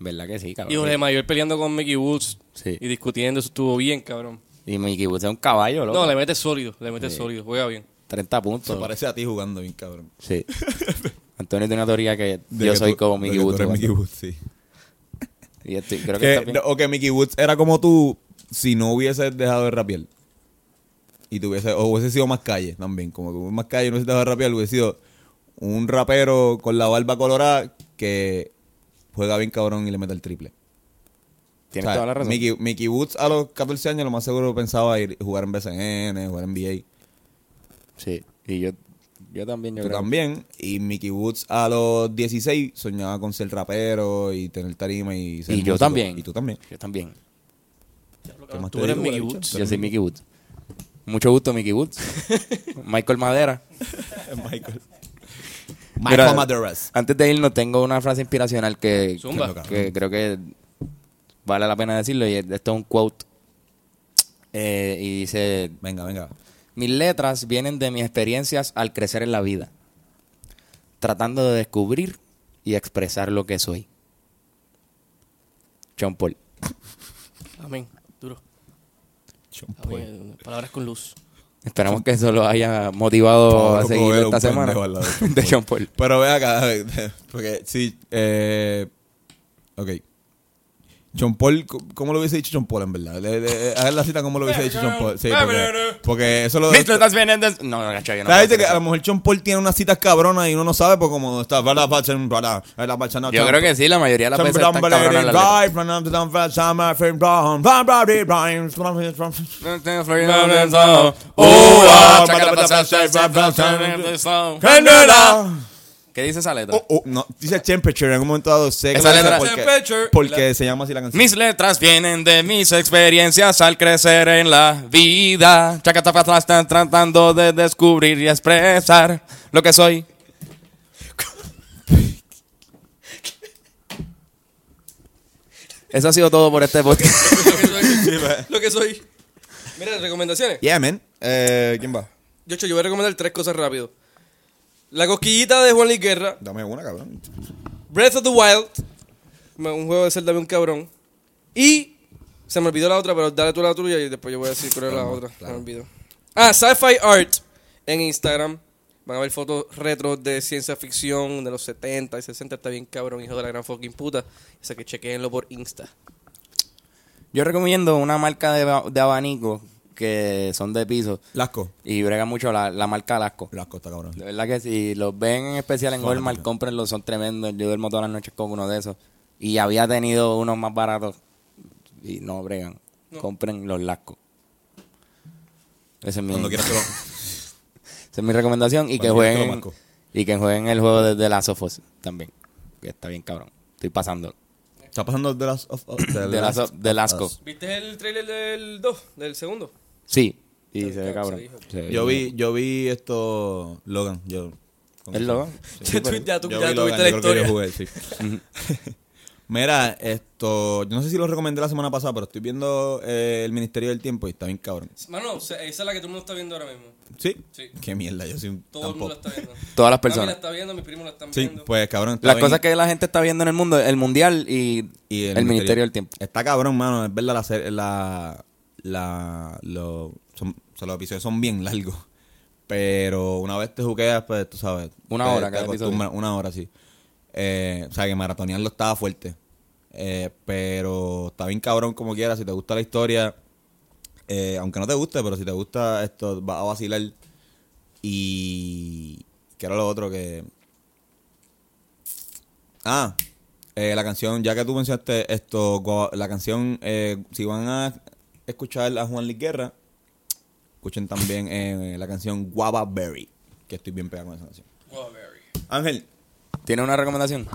¿Verdad que sí, Y Jorge cabrón? Mayor peleando con Mickey Woods. Sí. Y discutiendo, eso estuvo bien, cabrón. Y Mickey Woods es un caballo, loco. No, le mete sólido, le mete sólido, juega bien. 30 Se puntos. parece a ti jugando bien, cabrón. Sí. Antonio tiene una teoría que De yo que soy tú- como de Mickey que tú Woods. eres jugando. Mickey Woods, sí. Y estoy- creo que, Que- está bien. no, o que Mickey Woods era como tú si no hubieses dejado de rapear. Y tuviese, o hubiese sido más calle también. Como que más calle no hubiese dejado de rapear, hubiese sido un rapero con la barba colorada que juega bien cabrón y le mete el triple. Tienes O sea, toda la razón. Mickey, Mickey Woods a los 14 años lo más seguro pensaba ir jugar en BCN, jugar en NBA. Sí, y yo, yo también, yo Tú creo. también. Y Mickey Woods a los 16 soñaba con ser rapero y tener tarima y ser Y yo músico. también. Y tú también. Yo también. ¿Qué más Tú te eres digo, Mickey bicho? Woods. Tú Yo eres soy Mickey Woods. Mucho gusto, Mickey Woods. Michael Madera. Michael. Mira, Michael Maderas. Antes de irnos, tengo una frase inspiracional que, Zumba. que creo que vale la pena decirlo. Y esto es un quote. Eh, y dice: Venga, venga. Mis letras vienen de mis experiencias al crecer en la vida, tratando de descubrir y expresar lo que soy. John Paul. Amén. Duro. John Amén. Palabras con luz. Esperamos que eso lo haya motivado a Pablo seguir Coelho, esta un semana. pendejo al lado de John De John Paul. Pero ve acá, porque sí, eh, ok. John Paul, co- ¿cómo lo hubiese dicho John Paul en verdad? Le- le- Hagan la cita como lo hubiese dicho John Paul. Sí, porque, porque eso lo... Mis letras vienen de- No, no, gacho, yo no. ¿Sabes? puedo Dice hacer que a eso. lo mejor John Paul tiene unas citas cabronas y uno no sabe, porque como está... Yo Yo creo que sí, la mayoría de las veces están cabronas las letras. ah, ¿Qué dice esa letra? Oh, oh, no, dice temperature en un momento dado sé que Esa lo dice letra- porque, Temperature. porque se llama así la canción. Mis letras vienen de mis experiencias al crecer en la vida. Chacatapatras están tratando de descubrir y expresar lo que soy. Eso ha sido todo por este podcast. Lo que soy. Lo que soy. Mira, recomendaciones. Yeah, man. Eh, ¿Quién va? Yo, yo voy a recomendar tres cosas rápido. La cosquillita de Juan Luis Guerra, Dame una, cabrón. Breath of the Wild, me- un juego de Zelda de un cabrón, y se me olvidó la otra, pero dale tú la tuya y después yo voy a decir cuál es la otra. Se me olvidó. Ah, Sci-Fi Art en Instagram. Van a ver fotos retro de ciencia ficción de los 70 y 60. Está bien cabrón, hijo de la gran fucking puta. O sea que chequeenlo por Insta. Yo recomiendo una marca de, ba- de abanico que son de piso Lasco. y brega mucho la, la marca Lasco. Lasco está cabrón. De verdad que si los ven en especial en Walmart, cómprenlos, son tremendos. Yo duermo todas las noches con uno de esos. Y había tenido unos más baratos y no bregan. Compren los lascos. Esa es mi, Cuando quieras que lo... esa es mi recomendación. Y que, Cuando quieras te lo jueguen, marco. y que jueguen el juego desde la Sofos también. Que está bien, cabrón. Estoy pasando. Está pasando The Last of... De, la, de Lasco. Us. ¿Viste el trailer del 2, del segundo? Sí. Y se ve cabrón. cabrón, se dijo. Se ve Yo bien. vi, yo vi esto... Logan, yo... con- El logo. ya tú, ya tú- Yo ya vi tú Logan, viste la yo creo que historia. yo jugué, sí. Mira, esto... Yo no sé si lo recomendé la semana pasada, pero estoy viendo eh, El Ministerio del Tiempo y está bien cabrón. Mano, se- esa es la que todo el mundo está viendo ahora mismo. ¿Sí? Sí. Qué mierda, yo soy un... Todo el mundo tampoco. la está viendo. Todas las Mami la personas. está viendo, mis primos la están Sí, viendo. pues cabrón. está Las bien- cosas que la gente está viendo en el mundo, el mundial y, y el, ministerio del tiempo. Está cabrón, mano. Es verdad, la. ser- la, la lo- son, o sea, los episodios son bien largos. Pero una vez te juqueas, pues tú sabes. Una te- hora te cada episodio. acostumbras, Una hora, sí. Eh, o sea, que maratonearlo estaba fuerte. Eh, pero está bien cabrón como quieras. Si te gusta la historia, eh, aunque no te guste, pero si te gusta esto, vas a vacilar. Y. ¿Qué era lo otro que.? Ah, eh, la canción, ya que tú mencionaste esto, gua- la canción, eh, si van a escuchar a Juan Luis Guerra, escuchen también eh, la canción Guava Berry, que estoy bien pegado con esa canción. Ángel, ¿Tiene una recomendación?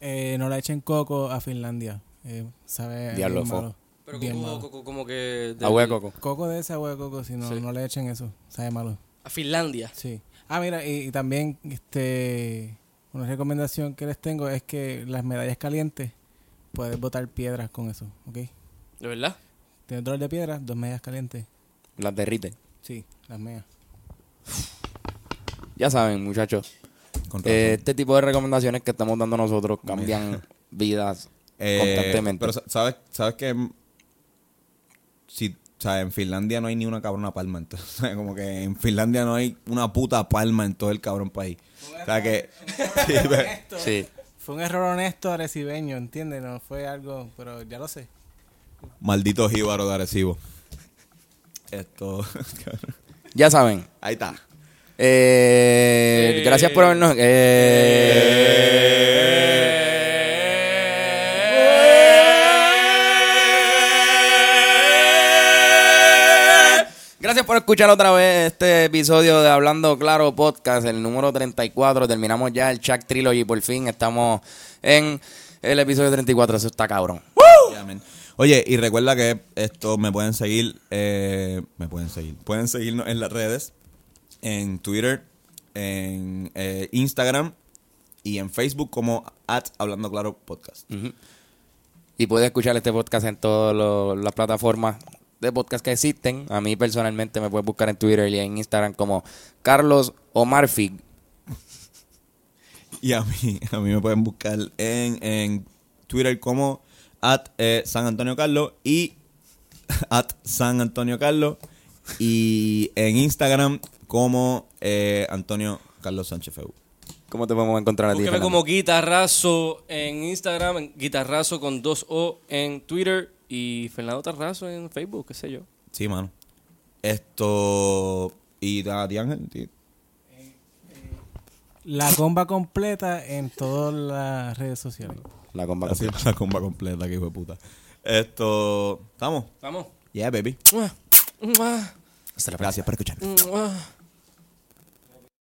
Eh, no la echen coco a Finlandia. Eh, sabe Diablo, bien fo. malo. Pero Bien como, malo. como, como que... del- A hueco, Coco. Coco de ese agua de coco, si no, Sí. no le echen eso. Sabe malo. A Finlandia. Sí. Ah, mira, y, y también este una recomendación que les tengo es que las medallas calientes puedes botar piedras con eso, ¿ok? ¿De verdad? Tienes dolor de piedra, dos medallas calientes. Las derrite. Sí, las meas. Ya saben, muchachos. con razón. eh, este tipo de recomendaciones que estamos dando nosotros cambian vidas Eh, constantemente. Pero sa- sabes, sabes que mm, si, o sea, en Finlandia no hay ni una cabrona palma, entonces, o sea, como que en Finlandia no hay una puta palma en todo el cabrón país. O sea que sí, pero- sí. Fue un error honesto arecibeño, ¿entiendes? No fue algo, pero ya lo sé. Maldito jíbaro de Arecibo. Esto. cabrón. Ya saben. Ahí está. Eh, Eh. Gracias por vernos. Eh. Gracias por escuchar otra vez este episodio de Hablando Claro Podcast, el número 34. Terminamos ya el Chuck Trilogy. Por fin estamos en el episodio 34. Eso está cabrón. Yeah, man. Oye, y recuerda que esto me pueden seguir, eh, me pueden seguir, pueden seguirnos en las redes, en Twitter, en eh, Instagram y en Facebook como at Hablando Claro Podcast. Y puedes escuchar este podcast en todas lo- las plataformas de podcast que existen. A mí personalmente me puedes buscar en Twitter y en Instagram como Carlos Omar Fig. Y a mí, a mí me pueden buscar en, en Twitter como at eh, San Antonio Carlos y at San Antonio Carlos y en Instagram como eh, Antonio Carlos Sánchez Feu. ¿Cómo te podemos encontrar a ti? Búsqueme Fernando? como Guitarrazo en Instagram, en Guitarrazo con dos O en Twitter y Fernando Tarrazo en Facebook, qué sé yo. Sí, mano. Esto. Y a ti, Ángel. ti- La comba completa en todas las redes sociales. La comba Así es la comba completa, que hijo de puta. Esto. ¿Estamos? Vamos. Yeah, baby. Mua, mua, Hasta la próxima. Gracias por escuchar. mua.